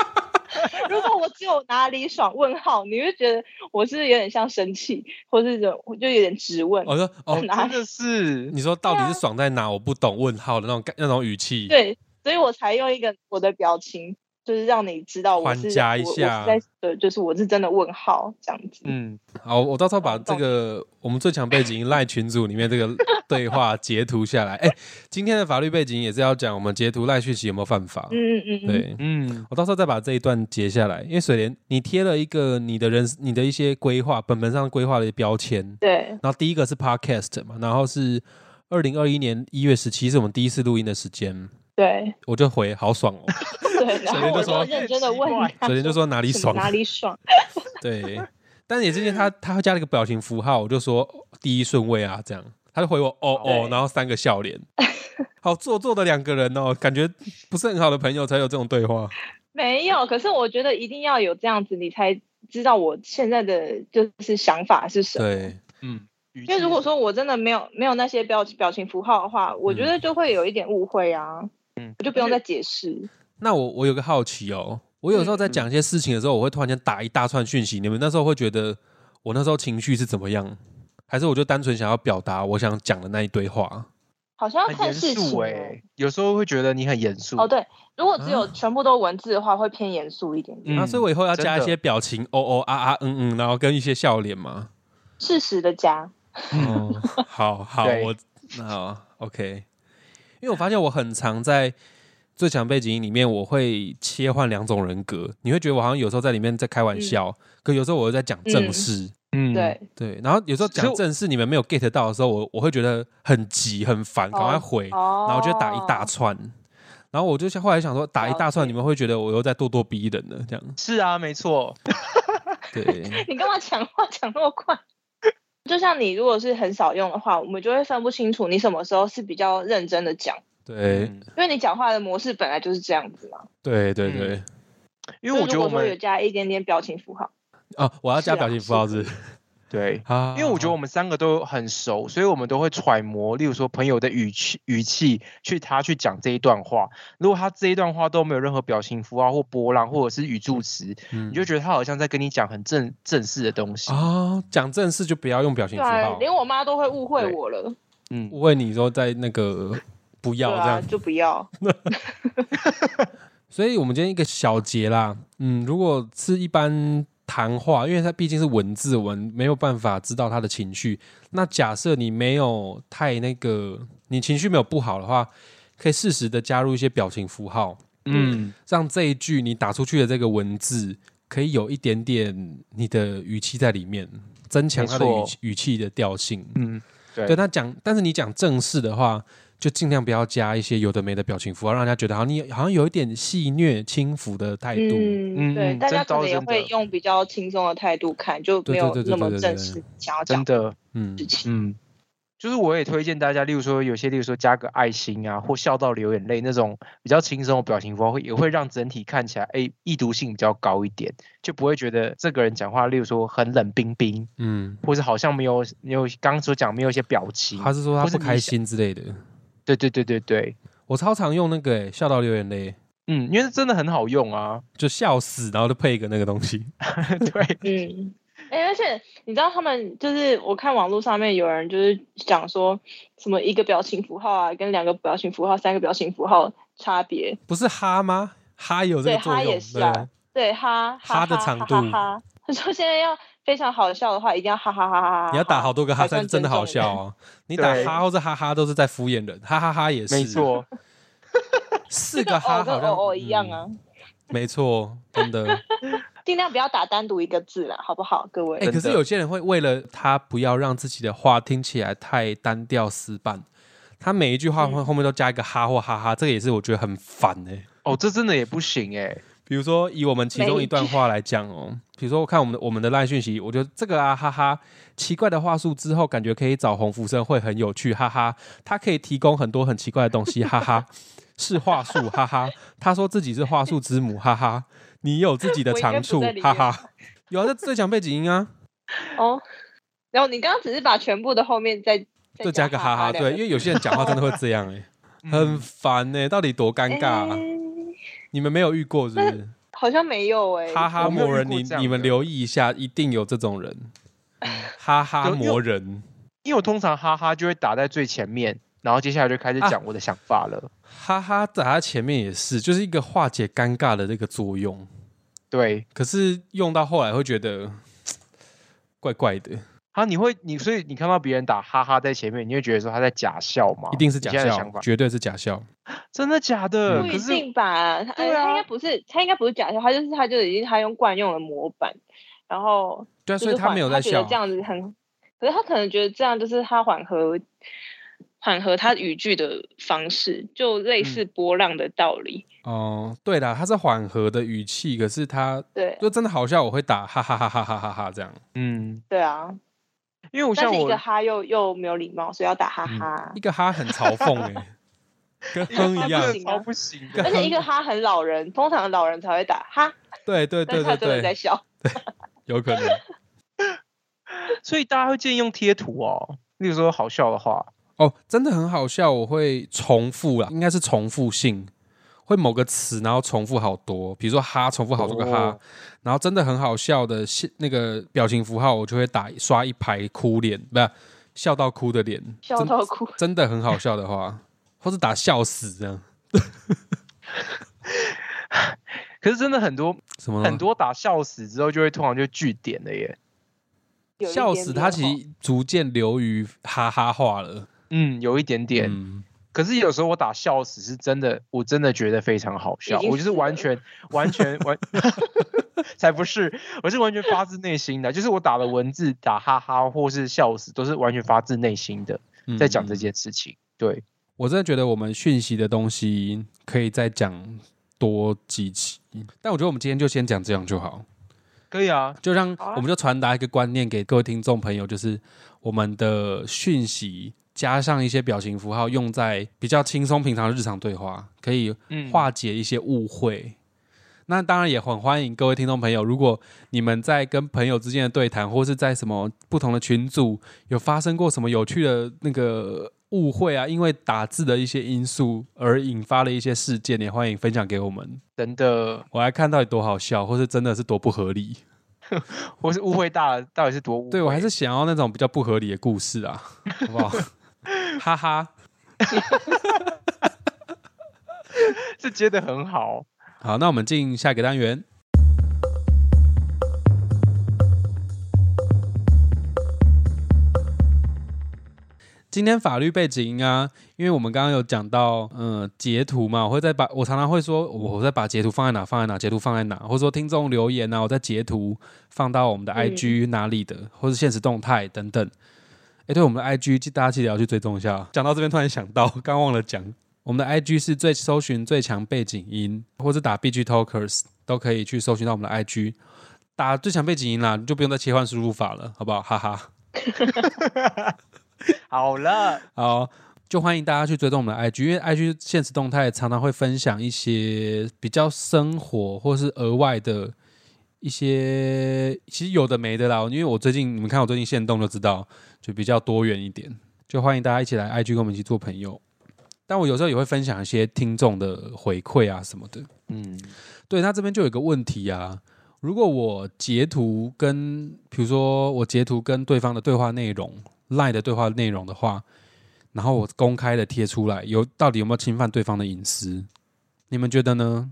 [SPEAKER 2] 如果我只有哪里爽问号，你会觉得我是有点像生气，或是有我就有点质问。
[SPEAKER 1] 我说哦，
[SPEAKER 2] 哪
[SPEAKER 3] 真的是
[SPEAKER 1] 你说到底是爽在哪？我不懂问号的那种感那种语气。，
[SPEAKER 2] 啊对，所以我才用一个我的表情，就是让你知道我
[SPEAKER 1] 缓
[SPEAKER 2] 是
[SPEAKER 1] 夹一
[SPEAKER 2] 我我是
[SPEAKER 1] 下
[SPEAKER 2] 在对，就是我是真的问号这样子。
[SPEAKER 3] 嗯，
[SPEAKER 1] 好，我到时候把这个我们最强背景赖群组里面这个对话截图下来。哎、今天的法律背景也是要讲我们截图赖讯息有没有犯法。
[SPEAKER 2] 嗯嗯嗯，嗯，
[SPEAKER 1] 对，
[SPEAKER 3] 嗯，
[SPEAKER 1] 我到时候再把这一段截下来，因为水莲你贴了一个你的人你的一些规划本本上规划的标签，
[SPEAKER 2] 对
[SPEAKER 1] 然后第一个是 Podcast 嘛，然后是二零二一年一月十七是我们第一次录音的时间，
[SPEAKER 2] 对
[SPEAKER 1] 我就回好爽哦，
[SPEAKER 2] 对，然后
[SPEAKER 1] 就
[SPEAKER 2] 我
[SPEAKER 1] 说
[SPEAKER 2] 认真的问
[SPEAKER 3] 很奇
[SPEAKER 2] 他，
[SPEAKER 1] 昨天就说哪里
[SPEAKER 2] 什么
[SPEAKER 1] 爽，
[SPEAKER 2] 哪里爽，
[SPEAKER 1] 对，但也是因为他他会加了一个表情符号，我就说哦第一顺位啊这样，他就回我哦哦
[SPEAKER 3] 对，
[SPEAKER 1] 然后三个笑脸，好做作的两个人哦，感觉不是很好的朋友才有这种对话，
[SPEAKER 2] 没有，可是我觉得一定要有这样子，你才知道我现在的就是想法是什么。
[SPEAKER 1] 对，
[SPEAKER 3] 嗯，语
[SPEAKER 2] 因为
[SPEAKER 3] 气
[SPEAKER 2] 如果说我真的没有没有那些表表情符号的话，我觉得就会有一点误会啊，
[SPEAKER 3] 嗯
[SPEAKER 2] 我就不用再解释。
[SPEAKER 1] 那我我有个好奇哦，我有时候在讲一些事情的时候，我会突然间打一大串讯息，你们那时候会觉得我那时候情绪是怎么样？还是我就单纯想要表达我想讲的那一堆话？
[SPEAKER 2] 好像要
[SPEAKER 3] 很严
[SPEAKER 2] 看事
[SPEAKER 3] 肃
[SPEAKER 2] 情
[SPEAKER 3] 哎、有时候会觉得你很严肃
[SPEAKER 2] 哦哦。哦，对，如果只有
[SPEAKER 1] 啊嗯
[SPEAKER 2] 全部都文字的话，会偏严肃一点点。
[SPEAKER 1] 啊，所以我以后要加一
[SPEAKER 3] 真的
[SPEAKER 1] 些表情，哦哦啊啊嗯嗯，然后跟一些笑脸嘛。
[SPEAKER 2] 适时的加，
[SPEAKER 1] 哦，好好，
[SPEAKER 3] 对
[SPEAKER 1] 我那好 OK，因为我发现我很常在《最强背景音》里面，我会切换两种人格。你会觉得我好像有时候在里面在开玩笑，可有时候我又在讲正事。
[SPEAKER 3] 嗯，
[SPEAKER 2] 对，
[SPEAKER 1] 对，然后有时候
[SPEAKER 3] 所以
[SPEAKER 1] 讲
[SPEAKER 3] 我
[SPEAKER 1] 正事，你们没有 get 到的时候，我我会觉得很急很烦，赶快回，
[SPEAKER 2] 哦，
[SPEAKER 1] 然后就打一大串。然后我就想后来想说，打一大
[SPEAKER 2] 了
[SPEAKER 1] 串，
[SPEAKER 2] 解
[SPEAKER 1] 你们会觉得我又在咄咄逼人了，这样
[SPEAKER 3] 是啊，没错，
[SPEAKER 1] 对。
[SPEAKER 2] 你干嘛讲话讲那么快？ 就像你如果是很少用的话，我们就会分不清楚你什么时候是比较认真的讲，
[SPEAKER 1] 对
[SPEAKER 3] 嗯
[SPEAKER 2] 因为你讲话的模式本来就是这样子嘛。
[SPEAKER 1] 对对对
[SPEAKER 3] 因为
[SPEAKER 2] 所以
[SPEAKER 3] 我觉
[SPEAKER 2] 如
[SPEAKER 3] 得
[SPEAKER 2] 果
[SPEAKER 3] 我
[SPEAKER 2] 说有
[SPEAKER 3] 们
[SPEAKER 2] 加一点点表情符号，
[SPEAKER 1] 啊！我要加
[SPEAKER 2] 是啊
[SPEAKER 1] 表情符号是
[SPEAKER 3] 对，
[SPEAKER 1] 啊，
[SPEAKER 3] 因为我觉得我们三个都很熟，所以我们都会揣摩，例如说朋友的语气、语气去他去讲这一段话。如果他这一段话都没有任何表情符号或波浪或者是语助词，
[SPEAKER 1] 嗯
[SPEAKER 3] 你就觉得他好像在跟你讲很正正式的东西。
[SPEAKER 1] 啊，讲正事就不要用表情
[SPEAKER 2] 对
[SPEAKER 1] 符
[SPEAKER 2] 啊
[SPEAKER 1] 号，。
[SPEAKER 2] 连我妈都会误会我了，
[SPEAKER 3] 嗯，
[SPEAKER 1] 我问你说在那个不
[SPEAKER 2] 对
[SPEAKER 1] 要这
[SPEAKER 2] 啊，
[SPEAKER 1] 样，
[SPEAKER 2] 就不要。
[SPEAKER 1] 所以我们今天一个小结啦。嗯，如果是一般谈话，因为它毕竟是文字，我们没有办法知道他的情绪。那假设你没有太那个，你情绪没有不好的话，可以适时的加入一些表情符号，
[SPEAKER 3] 嗯，
[SPEAKER 1] 让这一句你打出去的这个文字可以有一点点你的语气在里面，增强它的
[SPEAKER 3] 没
[SPEAKER 1] 语
[SPEAKER 3] 错
[SPEAKER 1] 气语气的调性。
[SPEAKER 3] 嗯，对
[SPEAKER 1] 对，那讲，但是你讲正式的话，就尽量不要加一些有的没的表情符号，让人家觉得好像你好像有一点戏谑轻浮的态度。
[SPEAKER 2] 嗯，对，
[SPEAKER 3] 嗯
[SPEAKER 2] 大家
[SPEAKER 3] 真的
[SPEAKER 2] 可能也
[SPEAKER 3] 真的
[SPEAKER 2] 会用比较轻松的态度看，就没有
[SPEAKER 1] 对对对
[SPEAKER 2] 那么
[SPEAKER 1] 对对对
[SPEAKER 2] 正
[SPEAKER 1] 对
[SPEAKER 2] 式想要
[SPEAKER 3] 真
[SPEAKER 2] 讲的
[SPEAKER 3] 的，
[SPEAKER 1] 嗯
[SPEAKER 2] 事，情。
[SPEAKER 3] 嗯，就是我也推荐大家，例如说有些，例如说加个爱心啊，或笑到流眼泪那种比较轻松的表情符号，会也会让整体看起来，哎，易读性比较高一点，就不会觉得这个人讲话，例如说很冷冰冰，
[SPEAKER 1] 嗯，
[SPEAKER 3] 或是好像没有没有刚刚所讲没有一些表情。
[SPEAKER 1] 他是说他
[SPEAKER 3] 不是
[SPEAKER 1] 不
[SPEAKER 3] 你
[SPEAKER 1] 开
[SPEAKER 3] 想
[SPEAKER 1] 心之类的。
[SPEAKER 3] 对对对对对，
[SPEAKER 1] 我超常用那个、欸、笑到流眼泪，
[SPEAKER 3] 嗯，因为真的很好用啊。
[SPEAKER 1] 就笑死，然后就配一个那个东西。
[SPEAKER 3] 对，
[SPEAKER 2] 嗯，哎、而且你知道他们就是我看网络上面有人就是讲说什么一个表情符号啊，跟两个表情符号、三个表情符号差别，
[SPEAKER 1] 不是哈吗？哈有这
[SPEAKER 2] 对
[SPEAKER 1] 个作
[SPEAKER 2] 哈
[SPEAKER 1] 用
[SPEAKER 2] 也，是啊，对哈
[SPEAKER 1] 哈的
[SPEAKER 2] 哈
[SPEAKER 1] 长
[SPEAKER 2] 哈
[SPEAKER 1] 度
[SPEAKER 2] 哈哈。 他说现在要非常好笑的话，一定要哈哈哈哈哈。
[SPEAKER 1] 你要打好多个哈
[SPEAKER 2] 才算
[SPEAKER 1] 才真的好
[SPEAKER 2] 尊
[SPEAKER 1] 笑
[SPEAKER 2] 重人。
[SPEAKER 1] 哦。你打
[SPEAKER 3] 对
[SPEAKER 1] 哈或者哈哈都是在敷衍人，哈哈哈也是。
[SPEAKER 3] 没，错，
[SPEAKER 1] 四
[SPEAKER 2] 跟
[SPEAKER 1] 个哈
[SPEAKER 2] 哦跟
[SPEAKER 1] 好
[SPEAKER 2] 哦
[SPEAKER 1] 像
[SPEAKER 2] 哦一样。
[SPEAKER 1] 嗯
[SPEAKER 2] 啊，
[SPEAKER 1] 没错，真的。
[SPEAKER 2] 尽量不要打单独一个字啦，好不好，各位？
[SPEAKER 1] 哎、
[SPEAKER 3] 真
[SPEAKER 1] 可是
[SPEAKER 3] 的
[SPEAKER 1] 有些人会为了他不要让自己的话听起来太单调死板，他每一句话后后面都加一个哈或哈哈，这个也是我觉得很烦哎、
[SPEAKER 3] 哦，这真的也不行哎。
[SPEAKER 1] 比如说以我们其中一段话来讲哦、比如说我看我们的我们的赖讯息，我觉得这个啊哈哈，奇怪的话术之后感觉可以找洪福生会很有趣，哈哈，他可以提供很多很奇怪的东西，哈 哈。是话术，哈哈。他说自己是话术之母，哈哈。你有自己的
[SPEAKER 2] 我应该
[SPEAKER 1] 长
[SPEAKER 2] 不
[SPEAKER 1] 处
[SPEAKER 2] 在里，
[SPEAKER 1] 哈
[SPEAKER 2] 面
[SPEAKER 1] 哈。有啊，这最强背景音啊。
[SPEAKER 2] 哦，然后你刚刚只是把全部的后面再再
[SPEAKER 1] 就加个哈哈，
[SPEAKER 2] 两个
[SPEAKER 1] 对，因为有些人讲话真的会这 样哎、很
[SPEAKER 3] 嗯
[SPEAKER 1] 烦哎、到底多尴尬、啊？
[SPEAKER 2] 诶
[SPEAKER 1] 你们没有遇过是不是？
[SPEAKER 2] 好像没有哎、
[SPEAKER 1] 哈哈
[SPEAKER 3] 我没有
[SPEAKER 1] 魔人，
[SPEAKER 3] 遇过
[SPEAKER 1] 你
[SPEAKER 3] 这样
[SPEAKER 1] 你们
[SPEAKER 3] 的
[SPEAKER 1] 留意一下，一定有这种人，哈哈
[SPEAKER 3] 有因为
[SPEAKER 1] 魔人，
[SPEAKER 3] 因为我通常哈哈就会打在最前面，然后接下来就开
[SPEAKER 1] 啊
[SPEAKER 3] 始讲我的想法了。
[SPEAKER 1] 哈哈在他前面也是，就是一个化解尴尬的这个作用。
[SPEAKER 3] 对，
[SPEAKER 1] 可是用到后来会觉得怪怪的，
[SPEAKER 3] 啊，你会你所以你看到别人打哈哈在前面，你会觉得说他在假笑吗？
[SPEAKER 1] 一定是假
[SPEAKER 3] 你现在的想
[SPEAKER 1] 笑，嗯
[SPEAKER 3] 法
[SPEAKER 1] 绝对是假笑。
[SPEAKER 3] 真的假的？
[SPEAKER 2] 不
[SPEAKER 3] 可
[SPEAKER 2] 一
[SPEAKER 3] 是
[SPEAKER 2] 定吧？他
[SPEAKER 3] 对啊
[SPEAKER 2] 他应该不是，他应该不是假笑，他就是他就已经他用惯用的模板，然后
[SPEAKER 1] 对啊，
[SPEAKER 2] 就
[SPEAKER 1] 所
[SPEAKER 2] 是
[SPEAKER 1] 以
[SPEAKER 2] 缓
[SPEAKER 1] 他没有在
[SPEAKER 2] 觉得
[SPEAKER 1] 笑
[SPEAKER 2] 这
[SPEAKER 1] 啊，
[SPEAKER 2] 样子很，可是他可能觉得这样就是他缓和缓和他语句的方式，就
[SPEAKER 1] 嗯
[SPEAKER 2] 类似波浪的道理。
[SPEAKER 1] 哦、对啦，他是缓和的语气，可是他
[SPEAKER 2] 对
[SPEAKER 1] 就真的好笑，我会打哈哈哈哈哈哈哈这样。
[SPEAKER 3] 嗯，
[SPEAKER 2] 对啊，
[SPEAKER 3] 因为我
[SPEAKER 2] 但
[SPEAKER 3] 像
[SPEAKER 2] 是一
[SPEAKER 3] 我
[SPEAKER 2] 个哈又又没有礼貌，所以要打哈
[SPEAKER 1] 嗯
[SPEAKER 2] 哈
[SPEAKER 1] 一。个哈很嘲讽哎、跟哼一样
[SPEAKER 2] 哈，
[SPEAKER 3] 真的超不行的
[SPEAKER 1] 一个
[SPEAKER 2] 而且一个哈很老人，通常老人才会打哈，
[SPEAKER 1] 对对
[SPEAKER 2] 但
[SPEAKER 1] 对
[SPEAKER 2] 是他
[SPEAKER 1] 对
[SPEAKER 2] 真的在
[SPEAKER 1] 对，
[SPEAKER 2] 笑。
[SPEAKER 1] 有可能。
[SPEAKER 3] 所以大家会建议用贴图哦。例如说好笑的话，
[SPEAKER 1] 哦，真的很好笑，我会重复啦，应该是重复性，会某个词然后重复好多，比如说哈重复好多个哈，
[SPEAKER 3] 哦
[SPEAKER 1] 然后真的很好笑的是那个表情符号，我就会打刷一排哭脸，不是笑到哭的脸，
[SPEAKER 2] 笑
[SPEAKER 1] 真
[SPEAKER 2] 到哭，
[SPEAKER 1] 真的很好笑的话，或是打笑死这样，
[SPEAKER 3] 可是真的很多
[SPEAKER 1] 什么嗯
[SPEAKER 3] 很多打笑死之后就会通常就据点了耶。
[SPEAKER 2] 有一
[SPEAKER 1] 笑
[SPEAKER 2] 点
[SPEAKER 1] 死
[SPEAKER 2] 点
[SPEAKER 1] 他，
[SPEAKER 2] 哦
[SPEAKER 1] 其实逐渐流于哈哈话了。
[SPEAKER 3] 嗯，有一点点。
[SPEAKER 1] 嗯，
[SPEAKER 3] 可是有时候我打笑死是真的，我真的觉得非常好笑，
[SPEAKER 2] 已经
[SPEAKER 3] 我就是
[SPEAKER 2] 是
[SPEAKER 3] 完
[SPEAKER 2] 了
[SPEAKER 3] 全完全 完，才不是，我是完全发自内心的，就是我打的文字打哈哈或是笑死都是完全发自内心的
[SPEAKER 1] 嗯
[SPEAKER 3] 在讲
[SPEAKER 1] 嗯
[SPEAKER 3] 这件事情。对，
[SPEAKER 1] 我真的觉得我们讯息的东西可以再讲多几期，但我觉得我们今天就先讲这样就好，
[SPEAKER 3] 可以啊，
[SPEAKER 1] 就让
[SPEAKER 2] 好啊
[SPEAKER 1] 我们就传达一个观念给各位听众朋友，就是我们的讯息加上一些表情符号，用在比较轻松平常的日常对话，可以
[SPEAKER 3] 嗯，
[SPEAKER 1] 化解一些误会。那当然也很欢迎各位听众朋友，如果你们在跟朋友之间的对谈，或是在什么不同的群组有发生过什么有趣的那个误会啊，因为打字的一些因素而引发了一些事件，也欢迎分享给我们。
[SPEAKER 3] 真的，
[SPEAKER 1] 我来看到底多好笑，或是真的是多不合理。
[SPEAKER 3] 或是误会大了，到底是多误会？
[SPEAKER 1] 对我还是想要那种比较不合理的故事啊，好不好？ 哈哈，
[SPEAKER 3] 是接的很好。
[SPEAKER 1] 好，那我们进下一个单元。今天法律背景啊，因为我们刚刚有讲到，嗯，截图嘛，我会再把我常常会说，我我再把截图放在哪，放在哪，截图放在哪，或者说听众留言啊，我再截图放到我们的
[SPEAKER 2] 嗯
[SPEAKER 1] IG 哪里的，或是现实动态等等。哎，对，我们的 IG 记大家记得要去追踪一下哦。讲到这边突然想到， 刚忘了讲，我们的 IG 是最搜寻最强背景音，或者打 BG Talkers 都可以去搜寻到我们的 IG。打最强背景音啦，你就不用再切换输入法了，好不好？哈哈，
[SPEAKER 3] 好了，
[SPEAKER 1] 好，就欢迎大家去追踪我们的 IG，因为 IG 现实动态常常会分享一些比较生活或是额外的一些，其实有的没的啦。因为我最近你们看我最近限动就知道，就比较多元一点，就欢迎大家一起来 IG 跟我们一起做朋友。但我有时候也会分享一些听众的回馈啊什么的。
[SPEAKER 3] 嗯，
[SPEAKER 1] 对，那这边就有一个问题啊，如果我截图跟，比如说我截图跟对方的对话内容，Line 的对话内容的话，然后我公开的贴出来，有到底有没有侵犯对方的隐私？你们觉得呢？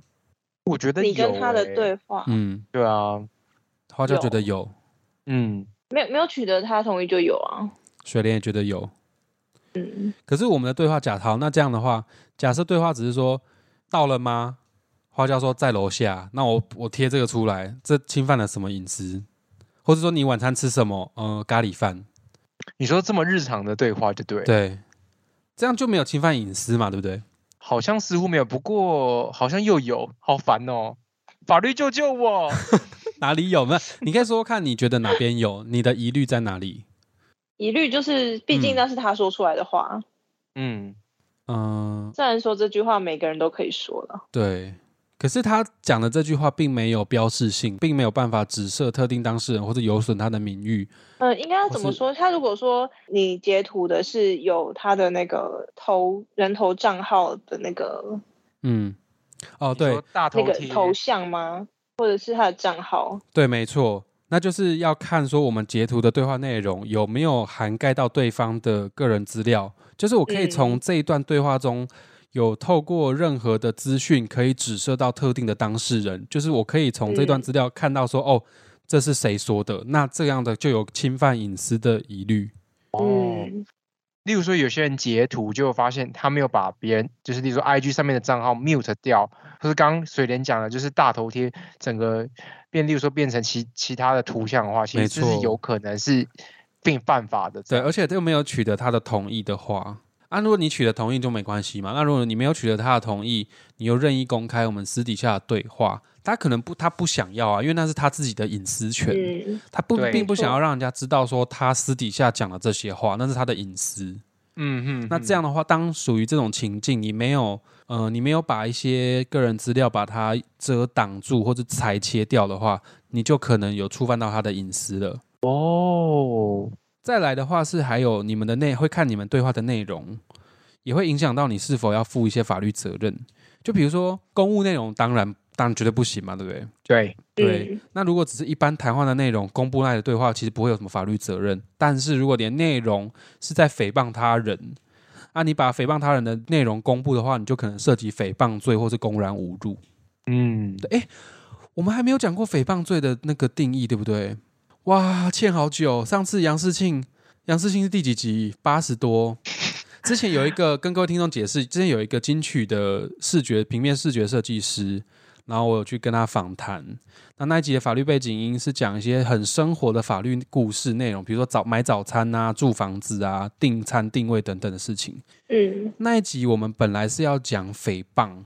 [SPEAKER 3] 我觉得
[SPEAKER 2] 你跟
[SPEAKER 3] 有
[SPEAKER 2] 他的
[SPEAKER 3] 欸
[SPEAKER 2] 对话
[SPEAKER 1] 嗯，
[SPEAKER 3] 对啊，
[SPEAKER 1] 花椒觉
[SPEAKER 2] 有
[SPEAKER 1] 得有，
[SPEAKER 3] 嗯，
[SPEAKER 2] 没有没有取得他同意就有啊，
[SPEAKER 1] 水莲也觉得有。
[SPEAKER 2] 嗯，
[SPEAKER 1] 可是我们的对话假套，那这样的话，假设对话只是说到了吗？花椒说在楼下，那我我贴这个出来，这侵犯了什么隐私？或者说你晚餐吃什么？呃，咖喱饭。
[SPEAKER 3] 你说这么日常的对话就对，，
[SPEAKER 1] 对，这样就没有侵犯隐私嘛，对不对？
[SPEAKER 3] 好像似乎没有，不过好像又有，好烦哦。法律救 救我！
[SPEAKER 1] 哪里有？没有？你可以说说看，你觉得哪边有？你的疑虑在哪里？
[SPEAKER 2] 疑虑就是，毕竟
[SPEAKER 1] 嗯
[SPEAKER 2] 那是他说出来的话，
[SPEAKER 3] 嗯，
[SPEAKER 1] 嗯，
[SPEAKER 2] 虽然说这句话每个人都可以说了，
[SPEAKER 1] 对。可是他讲的这句话并没有标示性，并没有办法指涉特定当事人或者有损他的名誉。
[SPEAKER 2] 嗯，应该要怎
[SPEAKER 1] 或
[SPEAKER 2] 么
[SPEAKER 1] 是
[SPEAKER 2] 说？他如果说你截图的是有他的那个头人头账号的那个
[SPEAKER 1] 嗯，哦，
[SPEAKER 3] 你
[SPEAKER 1] 对
[SPEAKER 3] 说大
[SPEAKER 2] 那
[SPEAKER 3] 头
[SPEAKER 2] 个
[SPEAKER 3] 贴，
[SPEAKER 2] 头像吗？或者是他的账号？
[SPEAKER 1] 对，没错，那就是要看说我们截图的对话内容有没有涵盖到对方的个人资料，就是我可以从
[SPEAKER 2] 嗯
[SPEAKER 1] 这一段对话中。有透过任何的资讯可以指涉到特定的当事人，就是我可以从这段
[SPEAKER 2] 嗯
[SPEAKER 1] 资料看到说，哦，这是谁说的？那这样的就有侵犯隐私的疑虑。
[SPEAKER 3] 哦，
[SPEAKER 2] 嗯，
[SPEAKER 3] 例如说有些人截图就发现他没有把别人，就是例如说 IG 上面的账号 mute 掉，或是刚刚水莲讲的，就是大头贴整个变，例如说变成其其他的图像的话，其
[SPEAKER 1] 没
[SPEAKER 3] 实这是
[SPEAKER 1] 错
[SPEAKER 3] 有可能是并犯法的。
[SPEAKER 1] 对，而且又没有取得他的同意的话，啊，如果你取得同意就没关系嘛。那如果你没有取得他的同意，你又任意公开我们私底下的对话，他可能不，他不想要啊，因为那是他自己的隐私权，
[SPEAKER 2] 嗯，
[SPEAKER 1] 他不
[SPEAKER 3] 对
[SPEAKER 1] 并不
[SPEAKER 2] 没错
[SPEAKER 1] 想要让人家知道说他私底下讲的这些话，那是他的隐私。
[SPEAKER 3] 嗯嗯，
[SPEAKER 1] 那这样的话，当属于这种情境，你没有，呃，你没有把一些个人资料把它遮挡住或者裁切掉的话，你就可能有触犯到他的隐私了。
[SPEAKER 3] 哦，
[SPEAKER 1] 再来的话是还有你们的内会看你们对话的内容，也会影响到你是否要负一些法律责任。就比如说公务内容，当然当然绝对不行嘛，对不对？
[SPEAKER 3] 对，
[SPEAKER 1] 对。
[SPEAKER 2] 嗯
[SPEAKER 1] 那如果只是一般谈话的内容，公布内的对话，其实不会有什么法律责任。但是如果连内容是在诽谤他人，啊，你把诽谤他人的内容公布的话，你就可能涉及诽谤罪或是公然侮辱。
[SPEAKER 3] 嗯，
[SPEAKER 1] 我们还没有讲过诽谤罪的那个定义，对不对？哇，欠好久。上次杨世庆，杨世庆是第几集？八十多。之前有一个跟各位听众解释，之前有一个金曲的视觉平面视觉设计师，然后我有去跟他访谈。那那一集的法律背景音是讲一些很生活的法律故事内容，比如说早买早餐啊、住房子啊、订餐定位等等的事情。
[SPEAKER 2] 嗯
[SPEAKER 1] 那一集我们本来是要讲诽谤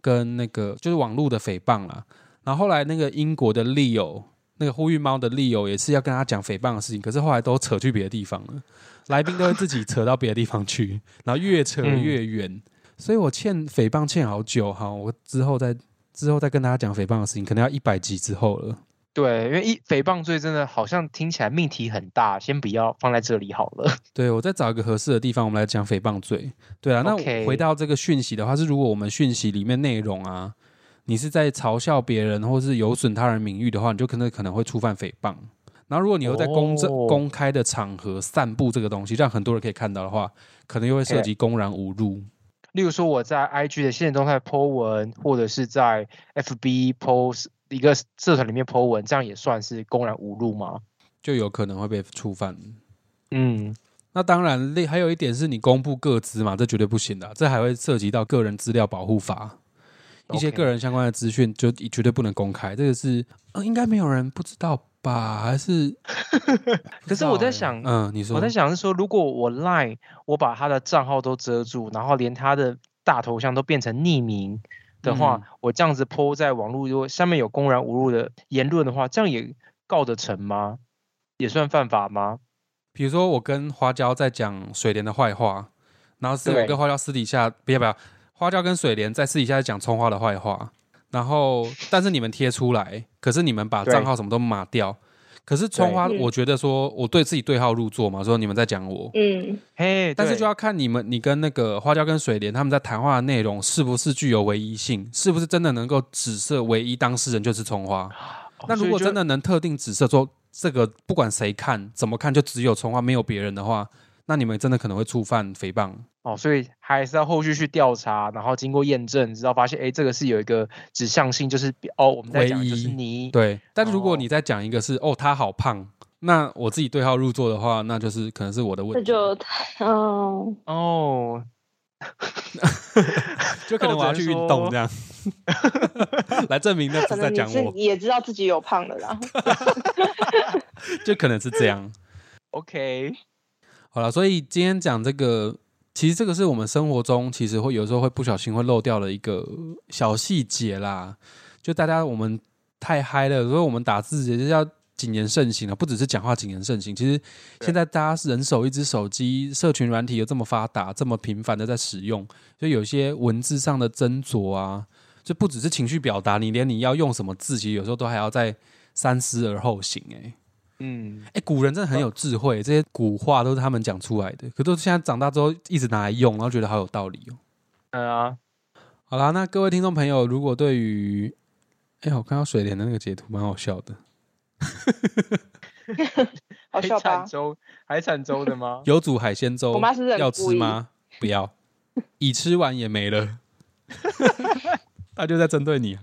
[SPEAKER 1] 跟那个就是网络的诽谤啦，然后后来那个英国的 Leo 那个呼吁猫的 Leo 也是要跟他讲诽谤的事情，可是后来都扯去别的地方了，来宾都会自己扯到别的地方去，然后越扯越远，所以我欠诽谤欠好久哈，我之后再之后再跟大家讲诽谤的事情，可能要一百集之后了。
[SPEAKER 3] 对，因为一诽谤罪真的好像听起来命题很大，先不要放在这里好了。
[SPEAKER 1] 对，我再找一个合适的地方，我们来讲诽谤罪。对啊，那
[SPEAKER 3] OK
[SPEAKER 1] 回到这个讯息的话，是如果我们讯息里面内容啊，你是在嘲笑别人或是有损他人名誉的话，你就可能可能会触犯诽谤。然后，如果你又在公正、
[SPEAKER 3] 哦
[SPEAKER 1] 公开的场合散布这个东西，让很多人可以看到的话，可能又会涉及公然侮辱。
[SPEAKER 3] 例如说我在 IG 的现实动态 po 文，或者是在 FB post 一个社团里面 po 文，这样也算是公然侮辱吗？
[SPEAKER 1] 就有可能会被触犯。
[SPEAKER 3] 嗯，
[SPEAKER 1] 那当然，另还有一点是你公布个资嘛，这绝对不行的啊、这还会涉及到个人资料保护法。一些
[SPEAKER 3] OK
[SPEAKER 1] 个人相关的资讯就绝对不能公开，这个是呃应该没有人不知道吧？还是？
[SPEAKER 3] 可是我在想
[SPEAKER 1] 不知道欸嗯，你说
[SPEAKER 3] 我在想是说，如果我 Line 我把他的账号都遮住，然后连他的大头像都变成匿名的话，我这样子 po 在网络，如果上面有公然侮辱的言论的话，这样也告得成吗？也算犯法吗？
[SPEAKER 1] 比如说我跟花椒在讲水莲的坏话，然后是
[SPEAKER 3] 对
[SPEAKER 1] 我跟花椒私底下，不要不要，花椒跟水莲在私底下在讲葱花的坏话，然后但是你们贴出来，可是你们把
[SPEAKER 3] 对
[SPEAKER 1] 账号什么都码掉，可是葱花，
[SPEAKER 2] 对
[SPEAKER 1] 我觉得说我对自己对号入座嘛，说你们在讲我，
[SPEAKER 2] 嗯
[SPEAKER 3] 嘿，
[SPEAKER 1] 但是
[SPEAKER 3] 对
[SPEAKER 1] 就要看你们，你跟那个花椒跟水莲他们在谈话的内容是不是具有唯一性，是不是真的能够指涉唯一当事人就是葱花？
[SPEAKER 3] 哦
[SPEAKER 1] 那
[SPEAKER 3] 所
[SPEAKER 1] 如
[SPEAKER 3] 以
[SPEAKER 1] 果
[SPEAKER 3] 就
[SPEAKER 1] 真的能特定指涉说这个不管谁看怎么看就只有葱花没有别人的话，那你们真的可能会触犯诽谤。
[SPEAKER 3] 哦，所以还是要后续去调查，然后经过验证，直到发现，哎，这个是有一个指向性，就是哦，我们在
[SPEAKER 1] 唯
[SPEAKER 3] 讲的就是
[SPEAKER 1] 一
[SPEAKER 3] 你，
[SPEAKER 1] 对，但是如果
[SPEAKER 3] 哦
[SPEAKER 1] 你再讲一个是哦他好胖，那我自己对号入座的话，那就是可能是我的问
[SPEAKER 2] 这
[SPEAKER 1] 题，
[SPEAKER 2] 就太嗯。
[SPEAKER 3] 哦，
[SPEAKER 1] 就可能我要去运动这样， 来证明那
[SPEAKER 2] 可
[SPEAKER 1] 是在
[SPEAKER 2] 能你
[SPEAKER 1] 讲
[SPEAKER 2] 是
[SPEAKER 1] 我，
[SPEAKER 2] 也知道自己有胖的啦，
[SPEAKER 1] 就可能是这样。
[SPEAKER 3] OK，
[SPEAKER 1] 好了，所以今天讲这个，其实这个是我们生活中其实会有时候会不小心会漏掉的一个小细节啦。就大家我们太嗨了，所以我们打字也是要谨言慎行了，啊不只是讲话谨言慎行。其实现在大家人手一只手机，社群软体又这么发达，这么频繁的在使用，所以有些文字上的斟酌啊，就不只是情绪表达，你连你要用什么字，其实有时候都还要再三思而后行、欸。
[SPEAKER 3] 嗯，
[SPEAKER 1] 哎、古人真的很有智慧，这些古话都是他们讲出来的，可都是现在长大之后一直拿来用，然后觉得好有道理哦。
[SPEAKER 3] 嗯啊，
[SPEAKER 1] 好啦，那各位听众朋友，如果对于哎、我看到水莲的那个截图蛮好笑的，
[SPEAKER 2] 好
[SPEAKER 3] 海
[SPEAKER 2] 笑吧
[SPEAKER 3] 产？粥，海产粥的吗？
[SPEAKER 1] 有煮海鲜粥，
[SPEAKER 2] 我妈是不是很
[SPEAKER 1] 要
[SPEAKER 2] 故
[SPEAKER 1] 吃
[SPEAKER 2] 意
[SPEAKER 1] 吗？不要， 已吃完也没 了，他就在针对你啊、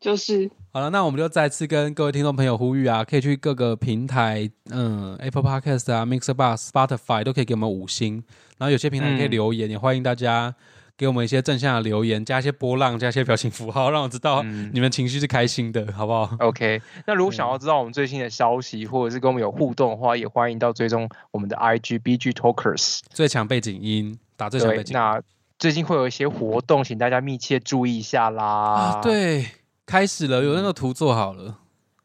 [SPEAKER 2] 就是
[SPEAKER 1] 好了，那我们就再次跟各位听众朋友呼吁啊，可以去各个平台，嗯，Apple Podcast 啊、Mixer Bar、Spotify 都可以给我们五星，然后有些平台可以
[SPEAKER 3] 嗯
[SPEAKER 1] 留言，也欢迎大家给我们一些正向的留言，加一些波浪，加一些表情符号，让我知道
[SPEAKER 3] 嗯
[SPEAKER 1] 你们情绪是开心的，好不好？
[SPEAKER 3] OK，那如果想
[SPEAKER 1] 对
[SPEAKER 3] 要知道我们最新的消息，或者是跟我们有互动的话，也欢迎到追踪我们的 IG BG Talkers。
[SPEAKER 1] 最强背景音，打最强背
[SPEAKER 3] 对，
[SPEAKER 1] 景
[SPEAKER 3] 那最近会有一些活动，请大家密切注意一下啦。
[SPEAKER 1] 啊，，对，开始了，有那个图做好了。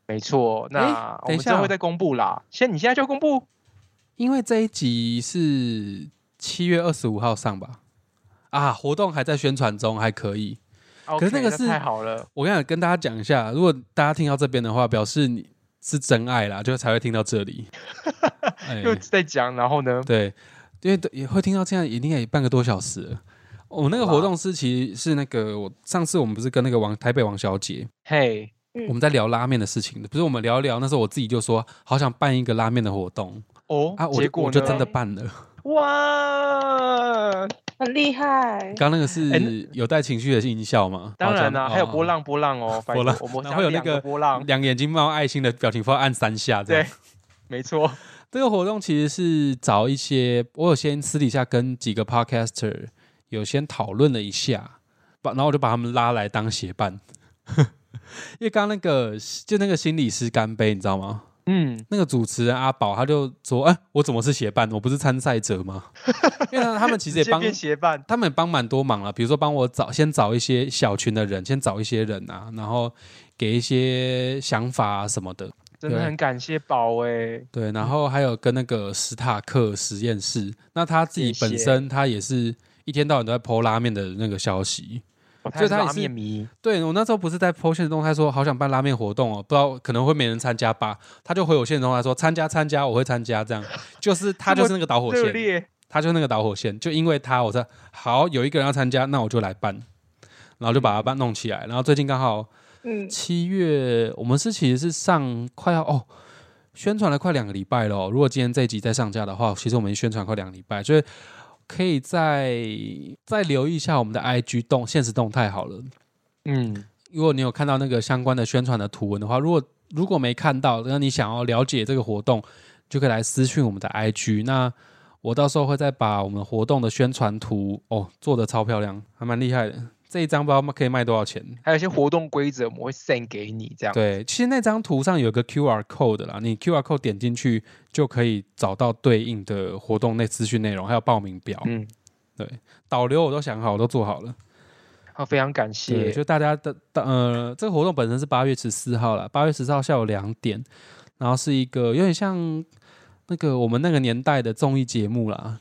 [SPEAKER 3] 没错。那我
[SPEAKER 1] 等一
[SPEAKER 3] 们之后
[SPEAKER 1] 下
[SPEAKER 3] 会再公布啦。现你现在就要公布？
[SPEAKER 1] 因为这一集是七月二十五号上吧？啊，活动还在宣传中，还可以。
[SPEAKER 3] 可
[SPEAKER 1] 是那个是
[SPEAKER 3] 太好了，
[SPEAKER 1] 我想跟大家讲一下，如果大家听到这边的话，表示你是真爱啦，就才会听到这 里。哎
[SPEAKER 3] 又在讲，然后呢？
[SPEAKER 1] 对，因为也会听到这样，一定也半个多小时了。我、那个
[SPEAKER 3] 哇
[SPEAKER 1] 活动是其实是那个我上次我们不是跟那个王台北王小姐，
[SPEAKER 3] 嘿，
[SPEAKER 2] 嗯
[SPEAKER 1] 我们在聊拉面的事情，不是我们聊一聊，那时候我自己就说好想办一个拉面的活动
[SPEAKER 3] 哦
[SPEAKER 1] 啊，，我
[SPEAKER 3] 结
[SPEAKER 1] 就
[SPEAKER 3] 果
[SPEAKER 1] 我就
[SPEAKER 3] 呢
[SPEAKER 1] 真的办了，
[SPEAKER 3] 哇！
[SPEAKER 2] 很厉害。
[SPEAKER 1] 刚那个
[SPEAKER 3] 哎
[SPEAKER 1] 是有带情绪的音效吗？
[SPEAKER 3] 当然
[SPEAKER 1] 啦、
[SPEAKER 3] 啦、还有波浪波浪哦，
[SPEAKER 1] 哦波浪
[SPEAKER 3] 拜托我 们
[SPEAKER 1] 然后会有那
[SPEAKER 3] 两个波浪，
[SPEAKER 1] 两个眼睛冒爱心的表情包，按三下这样
[SPEAKER 3] 对。，没错，
[SPEAKER 1] 这个活动其实是找一些，我有先私底下跟几个 podcaster 有先讨论了一下，把然后我就把他们拉来当协办。 因为刚刚那个就那个心理师干杯，你知道吗？
[SPEAKER 3] 嗯，
[SPEAKER 1] 那个主持人阿宝他就说：“哎、我怎么是协办？我不是参赛者吗？”因为他他们 其实也
[SPEAKER 3] 直接
[SPEAKER 1] 帮
[SPEAKER 3] 变协办，
[SPEAKER 1] 他们帮蛮多忙了，比如说帮我找先找一些小群的人，先找一些人啊，然后给一些想法啊什么的。
[SPEAKER 3] 真的
[SPEAKER 1] 对
[SPEAKER 3] 很感谢宝哎，
[SPEAKER 1] 对，然后还有跟那个史塔克实验室，那他自己
[SPEAKER 3] 谢谢
[SPEAKER 1] 本身他也是一天到晚都在 PO 拉面的那个消息。
[SPEAKER 3] 哦
[SPEAKER 1] 所以
[SPEAKER 3] 他
[SPEAKER 1] 他也
[SPEAKER 3] 拉
[SPEAKER 1] 是
[SPEAKER 3] 面迷，
[SPEAKER 1] 对我那时候不是在 PO 现实动态说好想办拉面活动哦，不知道可能会没人参加吧，他就回我现实动态说参加参加，我会参加这样，就是他就是那个导火
[SPEAKER 3] 热
[SPEAKER 1] 线，
[SPEAKER 3] 烈，
[SPEAKER 1] 他就是那个导火线，就因为他我说好有一个人要参加，那我就来办，然后就把它办弄起来，然后最近刚好
[SPEAKER 2] 嗯，
[SPEAKER 1] 七月，我们是其实是上快要哦，宣传了快两个礼拜了哦、如果今天这一集再上架的话，其实我们已经宣传快两个礼拜，所以可以再再留意一下我们的 IG 动现实动态好了。
[SPEAKER 3] 嗯，
[SPEAKER 1] 如果你有看到那个相关的宣传的图文的话，如果如果没看到，那你想要了解这个活动，就可以来私讯我们的 IG。那我到时候会再把我们活动的宣传图哦做的超漂亮，还蛮厉害的。这一张不知道可以卖多少钱，
[SPEAKER 3] 还有一些活动规则我们会 send 给你这样，
[SPEAKER 1] 对，其实那张图上有个 QR code 啦，你 QR code 点进去就可以找到对应的活动内资讯内容，还有报名表、
[SPEAKER 3] 嗯，
[SPEAKER 1] 导流我都想好，我都做好了。
[SPEAKER 3] 好，非常感
[SPEAKER 1] 对，
[SPEAKER 3] 谢，
[SPEAKER 1] 就大家的呃，这个活动本身是八月十四号啦，八月十四号下午两点，然后是一个有点像那个我们那个年代的综艺节目啦，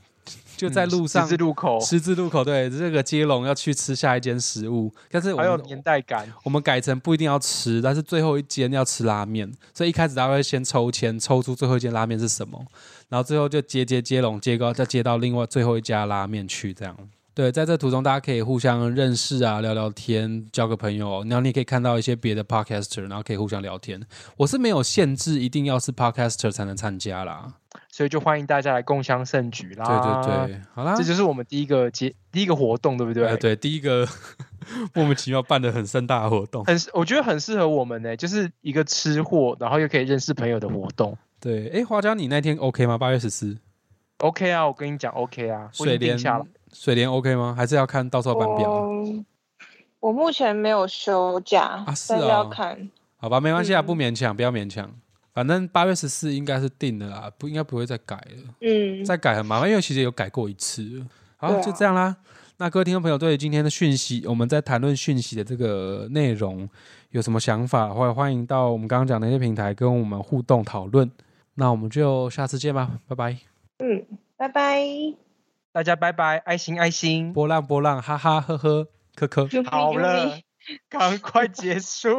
[SPEAKER 1] 就在
[SPEAKER 3] 嗯
[SPEAKER 1] 路上
[SPEAKER 3] 十。字路口，
[SPEAKER 1] 十字路口对，这个接龙要去吃下一间食物，但是我
[SPEAKER 3] 还有
[SPEAKER 1] 们
[SPEAKER 3] 年代感，
[SPEAKER 1] 我们改成不一定要吃，但是最后一间要吃拉面，所以一开始他会先抽签，抽出最后一间拉面是什么，然后最后就接接接龙接高，再接到另外最后一家拉面去这样。对，在这途中大家可以互相认识啊，聊聊天，交个朋友，然后你也可以看到一些别的 podcaster，然后可以互相聊天。我是没有限制一定要是 podcaster 才能参加啦。
[SPEAKER 3] 所以就欢迎大家来共襄盛举啦，
[SPEAKER 1] 对对，对，好啦，
[SPEAKER 3] 这就是我们第一个节第一个活动，对不对？
[SPEAKER 1] 呃对第一个 莫名其妙办的很盛大的活动。
[SPEAKER 3] 很，我觉得很适合我们呢、就是一个吃货，然后又可以认识朋友的活动。
[SPEAKER 1] 对，哎，花椒，你那天 OK 吗？八月十四。
[SPEAKER 3] OK 啊，我跟你讲，OK 啊，我已
[SPEAKER 1] 水
[SPEAKER 3] 经定
[SPEAKER 1] 莲
[SPEAKER 3] 下了。哦
[SPEAKER 1] 水莲 OK 吗？还是要看到时候班表？啊
[SPEAKER 2] 我我目前没有休假，
[SPEAKER 1] 啊是
[SPEAKER 2] 但是要
[SPEAKER 1] 哦
[SPEAKER 2] 看。
[SPEAKER 1] 好吧，没关系啊，
[SPEAKER 2] 嗯
[SPEAKER 1] 不勉强，不要勉强。反正八月十四应该是定的啦，不应该不会再改了，
[SPEAKER 2] 嗯，
[SPEAKER 1] 再改很麻烦，因为其实有改过一次了。好，
[SPEAKER 2] 对啊
[SPEAKER 1] 就这样啦。那各位听众朋友，对于今天的讯息，我们在谈论讯息的这个内容有什么想法，或者欢迎到我们刚刚讲的那些平台跟我们互动讨论。那我们就下次见吧，拜拜。
[SPEAKER 2] 拜拜。
[SPEAKER 3] 大家拜拜，爱心爱心。
[SPEAKER 1] 波浪波浪，哈哈呵呵，科科。
[SPEAKER 3] 好了，赶快结束。